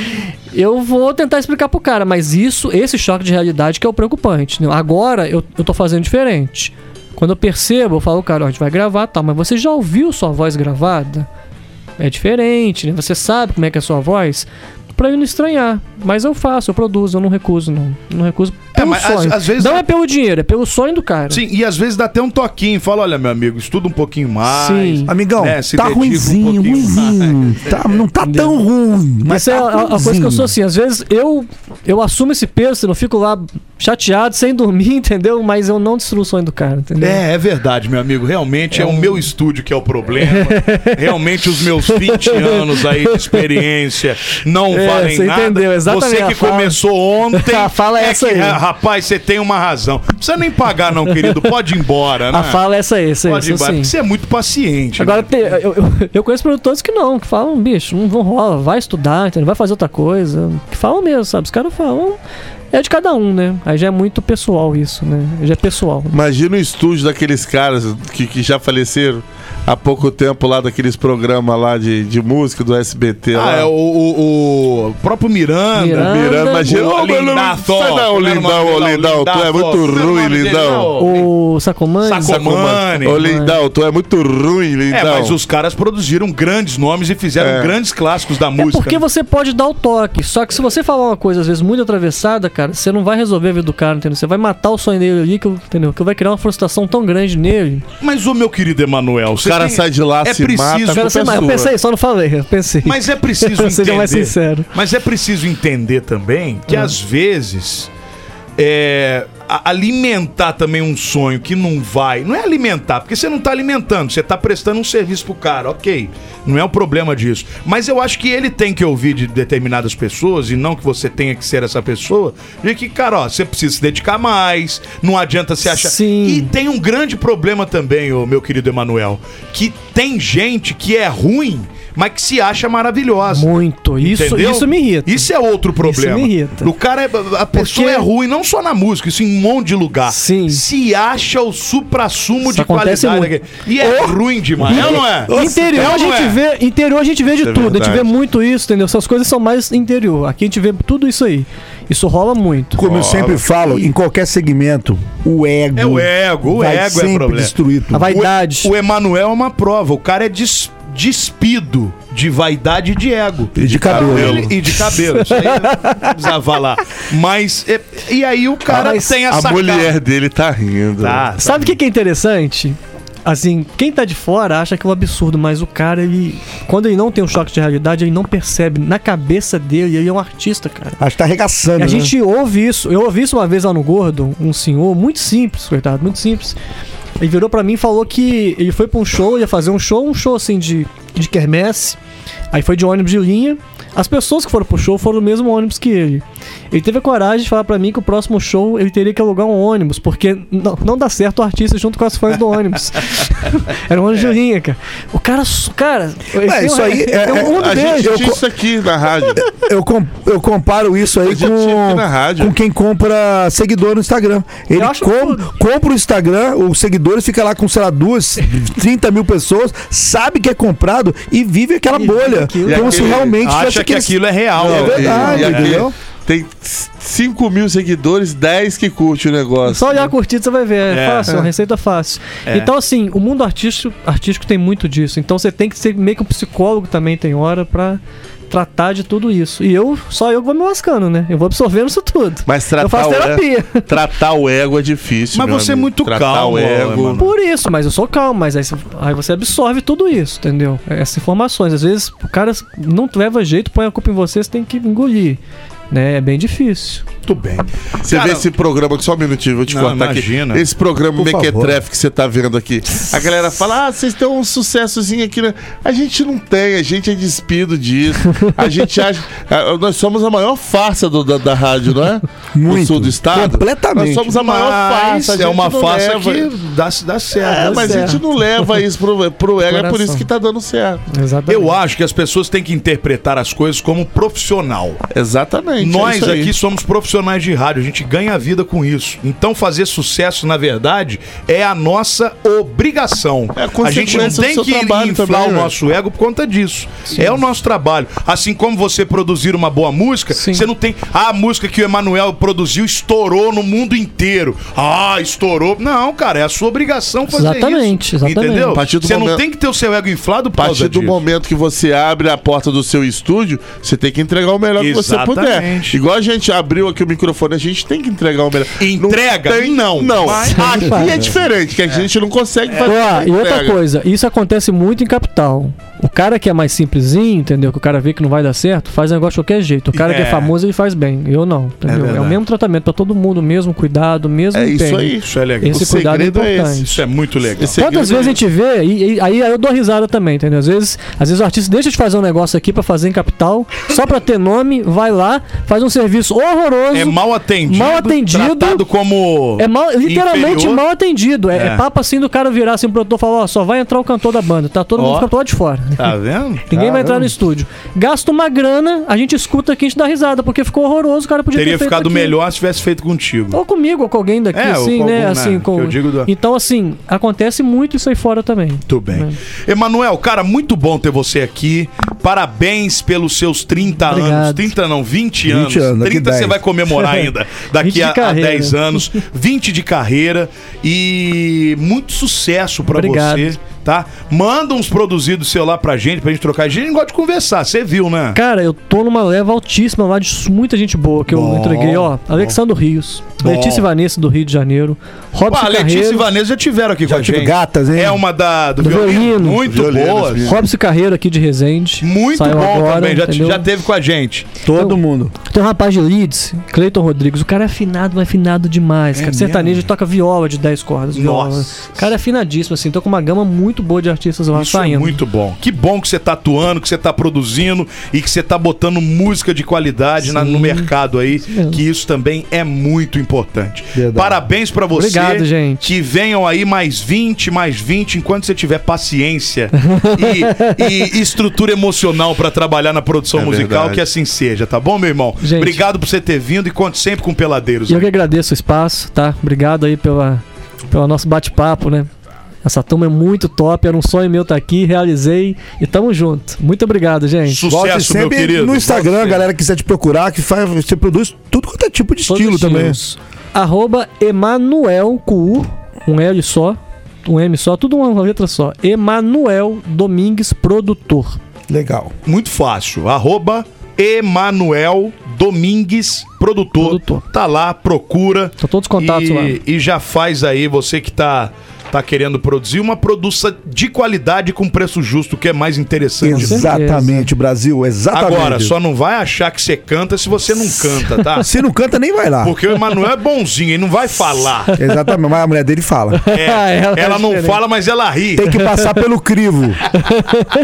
Speaker 5: eu vou tentar explicar pro cara, mas isso, esse choque de realidade que é o preocupante. né? Agora eu, eu tô fazendo diferente. Quando eu percebo, eu falo, cara, ó, a gente vai gravar, tá, mas você já ouviu sua voz gravada? É diferente, né? Você sabe como é que é a sua voz? Pra eu não estranhar. Mas eu faço, eu produzo, eu não recuso, não. Não recuso pelo
Speaker 3: mas às-
Speaker 5: sonho.
Speaker 3: às vezes-
Speaker 5: não é pelo dinheiro, é pelo sonho do cara.
Speaker 3: Sim, e às vezes dá até um toquinho. Fala, olha, meu amigo, estuda um pouquinho mais.
Speaker 5: Sim.
Speaker 4: Amigão,
Speaker 3: Né, se
Speaker 4: tá
Speaker 3: dedica um
Speaker 4: ruimzinho,
Speaker 3: pouquinho
Speaker 4: ruimzinho. Tá, não tá tão ruim. Mas
Speaker 5: Isso é
Speaker 4: tá
Speaker 5: a, a coisa que eu
Speaker 4: ruinzinho.
Speaker 5: sou assim. Às vezes eu, eu assumo esse peso, eu não fico lá chateado, sem dormir, (laughs) entendeu? Mas eu não destruo o sonho do cara, entendeu?
Speaker 3: É, é verdade, meu amigo. Realmente é, o meu estúdio que é o problema.
Speaker 5: (laughs)
Speaker 3: Realmente os meus 20 anos aí de experiência não
Speaker 5: É,
Speaker 3: valem
Speaker 5: você
Speaker 3: nada.
Speaker 5: entendem exatamente
Speaker 3: Você
Speaker 5: a
Speaker 3: que
Speaker 5: fala.
Speaker 3: começou ontem.
Speaker 5: (laughs) A fala é essa
Speaker 3: que,
Speaker 5: aí.
Speaker 3: ra- Rapaz, você tem uma razão. Não precisa nem pagar, não, querido. Pode ir embora, né?
Speaker 5: A fala é essa aí, essa aí,
Speaker 3: Pode ir
Speaker 5: isso
Speaker 3: embora.
Speaker 5: sim.
Speaker 3: Porque você é muito paciente.
Speaker 5: Agora,
Speaker 3: né?
Speaker 5: tem- eu, eu, eu conheço produtores que não, que falam, bicho, não vão rolar, vai estudar, entendeu? vai fazer outra coisa. Que falam mesmo, sabe? Os caras falam. É de cada um, né? Aí já é muito pessoal isso, né? Já é pessoal.
Speaker 1: Imagina o estúdio daqueles caras que, que já faleceram há pouco tempo lá daqueles programas lá de, de música do SBT lá.
Speaker 3: Ah, é o, o- o próprio Miranda.
Speaker 5: Miranda.
Speaker 1: Miranda, imagina.
Speaker 3: O
Speaker 1: Ô, meu nome-
Speaker 3: Lindato.
Speaker 1: Sai não,
Speaker 3: Como era o nome
Speaker 1: Lindão, ô,
Speaker 3: dele?
Speaker 1: Lindão, tu é
Speaker 3: Lindato.
Speaker 1: muito
Speaker 3: Como era o
Speaker 1: ruim,
Speaker 3: nome dele?
Speaker 1: Lindão.
Speaker 5: O Sacomani.
Speaker 3: Sacomani. Mane.
Speaker 1: Ô, Lindão, tu é muito ruim,
Speaker 3: É,
Speaker 1: Lindão.
Speaker 3: mas os caras produziram grandes nomes e fizeram
Speaker 1: É.
Speaker 3: grandes clássicos da
Speaker 5: É
Speaker 3: música.
Speaker 5: porque você pode dar o toque. Só que se você falar uma coisa, às vezes, muito atravessada, cara, você não vai resolver a vida do cara, entendeu? Você vai matar o sonho dele ali, que, entendeu? Que vai criar uma frustração tão grande nele.
Speaker 3: Mas o meu querido Emanuel,
Speaker 1: O cara sai de lá,
Speaker 3: é
Speaker 1: se
Speaker 3: preciso-
Speaker 1: mata,
Speaker 3: Cara,
Speaker 5: Cara,
Speaker 1: a culpa
Speaker 5: sei
Speaker 1: é
Speaker 5: lá, eu
Speaker 1: sua.
Speaker 5: pensei, só não falei, eu pensei.
Speaker 3: Mas é
Speaker 5: (laughs)
Speaker 3: preciso entender.
Speaker 5: Seja mais sincero. Ah.
Speaker 3: Mas é preciso entender também que às vezes é, a- alimentar também um sonho que não vai. Não é alimentar, porque você não tá alimentando, você tá prestando um serviço pro cara, ok. Não é o problema disso. Mas eu acho que ele tem que ouvir de determinadas pessoas, e não que você tenha que ser essa pessoa, de que, cara, ó, você precisa se dedicar mais, não adianta se achar.
Speaker 5: Sim.
Speaker 3: E tem um grande problema também, ô, meu querido Emanuel, que tem gente que é ruim, mas que se acha maravilhosa.
Speaker 5: Muito. Isso,
Speaker 3: Entendeu?
Speaker 5: isso me irrita.
Speaker 3: Isso é outro problema.
Speaker 5: me irrita.
Speaker 3: O cara é, a pessoa
Speaker 5: Porque-
Speaker 3: é ruim, não só na música, isso em um monte de lugar.
Speaker 5: Sim.
Speaker 3: Se acha o supra-sumo
Speaker 5: Isso
Speaker 3: de
Speaker 5: acontece
Speaker 3: qualidade.
Speaker 5: muito.
Speaker 3: E é ruim demais. É ou não é?
Speaker 5: Interior,
Speaker 3: É ou não
Speaker 5: a gente
Speaker 3: é?
Speaker 5: vê, interior a gente vê de
Speaker 1: é
Speaker 5: tudo, a gente vê
Speaker 1: verdade.
Speaker 5: muito isso, entendeu? Essas coisas são mais interior. Aqui a gente vê tudo isso aí. Isso rola muito.
Speaker 4: Como eu sempre falo, em qualquer segmento, o ego.
Speaker 3: É o ego, o
Speaker 4: vai
Speaker 3: ego é
Speaker 4: sempre
Speaker 3: problema.
Speaker 4: destruir tudo.
Speaker 5: A vaidade.
Speaker 3: O Emanuel é uma prova. O cara é des- despido de vaidade e de ego.
Speaker 4: E de cabelo.
Speaker 3: Ele- e de cabelo. Isso aí não precisava falar. Mas. é- E, aí o cara
Speaker 5: Mas
Speaker 3: tem
Speaker 1: A
Speaker 3: essa
Speaker 1: mulher dele tá rindo.
Speaker 3: é Tá,
Speaker 5: Sabe o que, que é interessante? assim, quem tá de fora acha que é um absurdo, mas o cara, ele. Quando ele não tem um choque de realidade, ele não percebe. Na cabeça dele, ele é um artista, cara.
Speaker 4: Acho que tá arregaçando.
Speaker 5: E a
Speaker 4: né?
Speaker 5: gente ouve isso. Eu ouvi isso uma vez lá no Gordo, um senhor, muito simples, coitado, muito simples. Ele virou pra mim e falou que ele foi pra um show, ia fazer um show, um show assim de, de quermesse. Aí foi de ônibus de linha. As pessoas que foram pro show foram no mesmo ônibus que ele. Ele teve a coragem de falar pra mim que o próximo show ele teria que alugar um ônibus, porque não, não dá certo o artista junto com as fãs do
Speaker 4: (laughs)
Speaker 5: ônibus. Era um ônibus de linha, cara. O cara. Cara. ele tem um-
Speaker 4: É. isso aí é-
Speaker 5: tem um
Speaker 4: é-
Speaker 5: mundo
Speaker 1: A
Speaker 5: dele.
Speaker 1: gente
Speaker 4: eu
Speaker 1: tinha
Speaker 4: co-
Speaker 1: isso aqui na
Speaker 3: (laughs) É
Speaker 1: rádio.
Speaker 4: Eu, com- eu comparo isso aí
Speaker 1: Eu já tive aqui na
Speaker 4: com,
Speaker 1: rádio.
Speaker 4: com quem compra seguidor no Instagram. Ele
Speaker 5: acho
Speaker 4: com-
Speaker 5: tudo.
Speaker 4: compra o Instagram, os seguidores fica lá com, sei lá, duas, (laughs) 30 mil pessoas, sabe que é comprado e vive aquela
Speaker 5: E vive
Speaker 4: bolha.
Speaker 5: aquilo.
Speaker 4: Como
Speaker 1: E
Speaker 4: se
Speaker 1: aquele-
Speaker 4: realmente
Speaker 3: Acha que
Speaker 4: aquele-
Speaker 3: aquilo é real.
Speaker 4: É
Speaker 1: Não,
Speaker 4: verdade,
Speaker 1: e- e aqui
Speaker 4: entendeu?
Speaker 1: Tem 5 mil seguidores, 10 que curte o negócio.
Speaker 5: Só olhar a curtida você vai ver, é,
Speaker 3: É.
Speaker 5: fácil, é uma receita fácil. Então, assim, o mundo artístico, artístico tem muito disso. Então você tem que ser meio que um psicólogo também, tem hora, pra tratar de tudo isso. E eu, só eu que vou me lascando, né? Eu vou absorvendo isso tudo.
Speaker 1: Mas é né? tratar
Speaker 5: eu faço
Speaker 1: o
Speaker 5: terapia. (laughs)
Speaker 1: ego, tratar o ego é difícil.
Speaker 3: Mas
Speaker 1: meu
Speaker 3: você é
Speaker 1: amigo.
Speaker 3: muito
Speaker 1: tratar
Speaker 3: calmo,
Speaker 1: o ego.
Speaker 3: mano.
Speaker 5: Por isso, mas eu sou calmo, mas aí, você- aí você absorve tudo isso, entendeu? Essas informações. Às vezes o cara não leva jeito, põe a culpa em você, você tem que engolir. Né? É bem difícil.
Speaker 4: Muito bem.
Speaker 1: Você
Speaker 3: Cara,
Speaker 1: vê esse programa, só um minutinho, vou te
Speaker 3: Não,
Speaker 1: cortar
Speaker 3: imagina.
Speaker 1: aqui. Esse programa
Speaker 4: Por
Speaker 1: Mequetrefe
Speaker 4: favor.
Speaker 1: que você tá vendo aqui. A galera fala: ah, vocês têm um sucessozinho aqui. Né? A gente não tem, a gente é despido disso. A gente acha. ah, Nós somos a maior farsa do- da, da rádio, não é?
Speaker 4: Muito.
Speaker 1: No sul do estado.
Speaker 4: Completamente.
Speaker 1: Nós somos a maior
Speaker 3: Mas
Speaker 1: farsa. a
Speaker 3: é
Speaker 1: gente
Speaker 3: uma
Speaker 1: não
Speaker 3: farsa
Speaker 1: leva-
Speaker 3: que dá, dá certo.
Speaker 1: É,
Speaker 5: dá
Speaker 1: mas a
Speaker 5: certo.
Speaker 1: gente não leva isso pro, pro ego, é por
Speaker 5: Coração.
Speaker 1: isso que tá dando certo.
Speaker 5: Exatamente.
Speaker 3: Eu acho que as pessoas têm que interpretar as coisas como profissional.
Speaker 1: Exatamente.
Speaker 3: Nós aqui somos profissionais de rádio, a gente ganha a vida com isso. Então fazer sucesso, na verdade, é a nossa obrigação.
Speaker 1: É a
Speaker 3: a gente não
Speaker 1: consequência do
Speaker 3: tem
Speaker 1: seu
Speaker 3: que inflar
Speaker 1: trabalho também,
Speaker 3: o
Speaker 1: né?
Speaker 3: nosso ego por conta disso. É o nosso trabalho. Assim como você produzir uma boa música,
Speaker 5: Sim.
Speaker 3: você não tem. Ah, a música que o Emanuel produziu estourou no mundo inteiro. Ah, estourou. Não, cara, é a sua obrigação fazer
Speaker 5: Exatamente,
Speaker 3: isso.
Speaker 5: exatamente.
Speaker 3: Entendeu?
Speaker 1: A partir do
Speaker 3: Você não
Speaker 1: momento-
Speaker 3: tem que ter o seu ego inflado por
Speaker 1: A partir
Speaker 3: causa
Speaker 1: do
Speaker 3: disso.
Speaker 1: momento que você abre a porta do seu estúdio, você tem que entregar o melhor que você
Speaker 3: Exatamente.
Speaker 1: puder. Igual a gente abriu aqui o microfone, a gente tem que entregar o melhor.
Speaker 3: Entrega?
Speaker 1: Não. Tem,
Speaker 3: Não.
Speaker 1: não.
Speaker 3: Mas- É.
Speaker 1: Aqui é diferente, que a gente não consegue fazer.
Speaker 3: (laughs)
Speaker 5: Ó,
Speaker 1: essa
Speaker 5: e outra
Speaker 1: entrega.
Speaker 5: coisa, isso acontece muito em capital. O cara que é mais simplesinho, entendeu? Que o cara vê que não vai dar certo, faz negócio de qualquer jeito. O cara que
Speaker 3: É.
Speaker 5: é famoso, ele faz bem. Eu não, entendeu? É, o
Speaker 3: verdade.
Speaker 5: mesmo tratamento pra todo mundo, o mesmo cuidado, o mesmo
Speaker 1: É isso
Speaker 5: empenho.
Speaker 1: aí.
Speaker 3: Isso é legal.
Speaker 5: Esse
Speaker 1: O
Speaker 5: cuidado é
Speaker 1: segredo é
Speaker 5: importante.
Speaker 1: esse.
Speaker 3: Isso é muito legal.
Speaker 1: Esse
Speaker 5: Quantas
Speaker 1: segredo
Speaker 5: vezes
Speaker 1: é
Speaker 3: né?
Speaker 5: a gente vê, e, e- aí eu dou risada também, entendeu? Às vezes, às vezes o artista deixa de fazer um negócio aqui pra fazer em capital, só pra ter nome, vai lá, faz um serviço horroroso.
Speaker 3: É mal atendido.
Speaker 5: Mal atendido.
Speaker 3: Tratado como.
Speaker 5: É mal, literalmente
Speaker 3: inferior.
Speaker 5: mal atendido. É,
Speaker 3: É.
Speaker 5: é papo assim do cara virar assim pro produtor e falar, ó, só vai entrar o cantor da banda. Tá todo
Speaker 3: Ó.
Speaker 5: mundo ficando lá de fora.
Speaker 3: Tá vendo?
Speaker 5: Ninguém vai entrar no estúdio. Gasta uma grana, a gente escuta aqui, a gente dá risada, porque ficou horroroso, o cara podia
Speaker 3: Teria
Speaker 5: ter feito
Speaker 3: ficado
Speaker 5: aqui. Oh,
Speaker 3: melhor se tivesse feito contigo.
Speaker 5: Ou comigo, ou com alguém daqui,
Speaker 3: É, ou
Speaker 5: assim,
Speaker 3: com
Speaker 5: né?
Speaker 3: algum,
Speaker 5: assim,
Speaker 3: né,
Speaker 5: com...
Speaker 3: que eu digo do-
Speaker 5: Então, assim, acontece muito isso aí fora também.
Speaker 3: Muito bem. Emanuel, cara, muito bom ter você aqui. Parabéns pelos seus 30 anos.
Speaker 5: Obrigado.
Speaker 3: 30 não, 20 anos.
Speaker 4: 20 anos, daqui
Speaker 3: 30 você
Speaker 4: 10.
Speaker 3: vai
Speaker 5: (laughs)
Speaker 3: comemorar ainda.
Speaker 5: 20
Speaker 3: Daqui
Speaker 5: de
Speaker 3: a, a
Speaker 5: carreira.
Speaker 3: 10 anos. 20 de carreira. E muito sucesso pra
Speaker 5: Obrigado.
Speaker 3: você, tá? Manda uns produzidos seu lá pra gente, pra gente trocar. A gente gosta de conversar, você viu, né?
Speaker 5: Cara, eu tô numa leva altíssima lá de muita gente boa que
Speaker 3: Bom,
Speaker 5: eu entreguei, ó. Alexandre Rios,
Speaker 3: Bom.
Speaker 5: Letícia e Vanessa do Rio de Janeiro,
Speaker 3: Pô,
Speaker 5: Robson
Speaker 3: a Letícia e
Speaker 5: Carreiro,
Speaker 3: Vanessa já tiveram aqui com a
Speaker 4: Tipo
Speaker 3: gente.
Speaker 4: gatas, hein?
Speaker 3: É uma da, do,
Speaker 5: Do
Speaker 3: violino.
Speaker 5: violino.
Speaker 3: Muito
Speaker 1: Violino,
Speaker 3: boa.
Speaker 1: sim.
Speaker 5: Robson Carreiro aqui de Resende.
Speaker 3: Muito
Speaker 5: saiu
Speaker 3: bom
Speaker 5: agora,
Speaker 3: também. Já,
Speaker 5: entendeu?
Speaker 3: já teve com a gente.
Speaker 4: Todo mundo.
Speaker 5: Tem um rapaz de Leeds, Cleiton Rodrigues. O cara é afinado, mas afinado demais. cara. Sertanejo ele toca viola de 10 cordas. viola.
Speaker 3: É Nossa.
Speaker 5: O cara é afinadíssimo, assim. Tô com uma gama muito boa de artistas lá
Speaker 3: Isso é
Speaker 5: Tá saindo.
Speaker 3: muito bom. Que bom que você tá atuando, que você tá produzindo e que você tá botando música de qualidade na- no mercado aí,
Speaker 5: mesmo.
Speaker 3: que isso também é muito importante.
Speaker 4: Verdade.
Speaker 3: Parabéns pra você.
Speaker 5: Obrigado, gente.
Speaker 3: Que venham aí mais 20, mais 20, enquanto você tiver paciência e,
Speaker 5: (laughs)
Speaker 3: e estrutura emocional pra trabalhar na produção
Speaker 1: É
Speaker 3: musical,
Speaker 1: verdade.
Speaker 3: que assim seja, tá bom, meu irmão?
Speaker 5: Gente.
Speaker 3: Obrigado por você ter vindo e conte sempre com peladeiros.
Speaker 5: E eu que agradeço o espaço, tá? Obrigado aí pela, pelo nosso bate-papo, né? Essa turma é muito top, era um sonho meu estar aqui, realizei e tamo junto. Muito obrigado, gente.
Speaker 4: Volte
Speaker 3: Sucesso, meu
Speaker 4: sempre
Speaker 3: querido.
Speaker 4: no Instagram,
Speaker 3: Volte
Speaker 4: a galera que quiser te procurar, que faz, você produz tudo quanto é tipo de
Speaker 5: Todos
Speaker 4: estilo
Speaker 5: os
Speaker 4: também.
Speaker 5: estilos. Arroba Emanuel com U, um L só, um M só, tudo uma letra só. Emanuel Domingues Produtor.
Speaker 4: Legal.
Speaker 3: Muito fácil. Arroba Emanuel Domingues, produtor.
Speaker 5: Produtor.
Speaker 3: Tá lá, procura.
Speaker 5: Estão todos os contatos
Speaker 3: e,
Speaker 5: lá.
Speaker 3: e já faz aí, você que tá tá querendo produzir, uma produção de qualidade com preço justo, que é mais interessante.
Speaker 4: Exatamente, Brasil, exatamente.
Speaker 3: Agora, só não vai achar que você canta se você não canta,
Speaker 4: (laughs)
Speaker 3: tá?
Speaker 4: Se não canta, nem vai lá.
Speaker 3: Porque o Emanuel é bonzinho, ele não vai
Speaker 4: (laughs)
Speaker 3: falar.
Speaker 4: Exatamente, mas a mulher dele fala.
Speaker 3: É, ela
Speaker 5: Ela é
Speaker 3: não
Speaker 5: diferente.
Speaker 3: fala, mas ela ri.
Speaker 4: Tem que passar pelo crivo.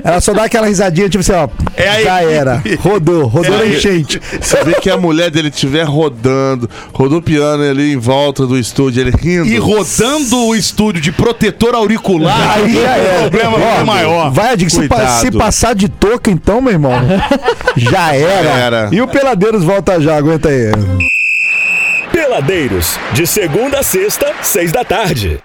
Speaker 4: Ela só dá aquela risadinha, tipo assim, ó.
Speaker 3: É aí.
Speaker 4: já era. Rodou, rodou
Speaker 3: É
Speaker 4: na
Speaker 3: aí.
Speaker 4: enchente.
Speaker 1: Você vê que a mulher dele estiver rodando, rodopiando ali em volta do estúdio, ele rindo.
Speaker 3: E rodando o estúdio de protetor auricular,
Speaker 4: Aí já
Speaker 3: o
Speaker 4: era.
Speaker 3: problema
Speaker 4: Ó,
Speaker 3: é maior.
Speaker 4: Vai, Adic, se, pa-
Speaker 1: Cuidado.
Speaker 4: se passar de touca, então, meu irmão, já era.
Speaker 1: Já era.
Speaker 4: E o Peladeiros volta já, aguenta aí.
Speaker 7: Peladeiros, de segunda a sexta, seis da tarde.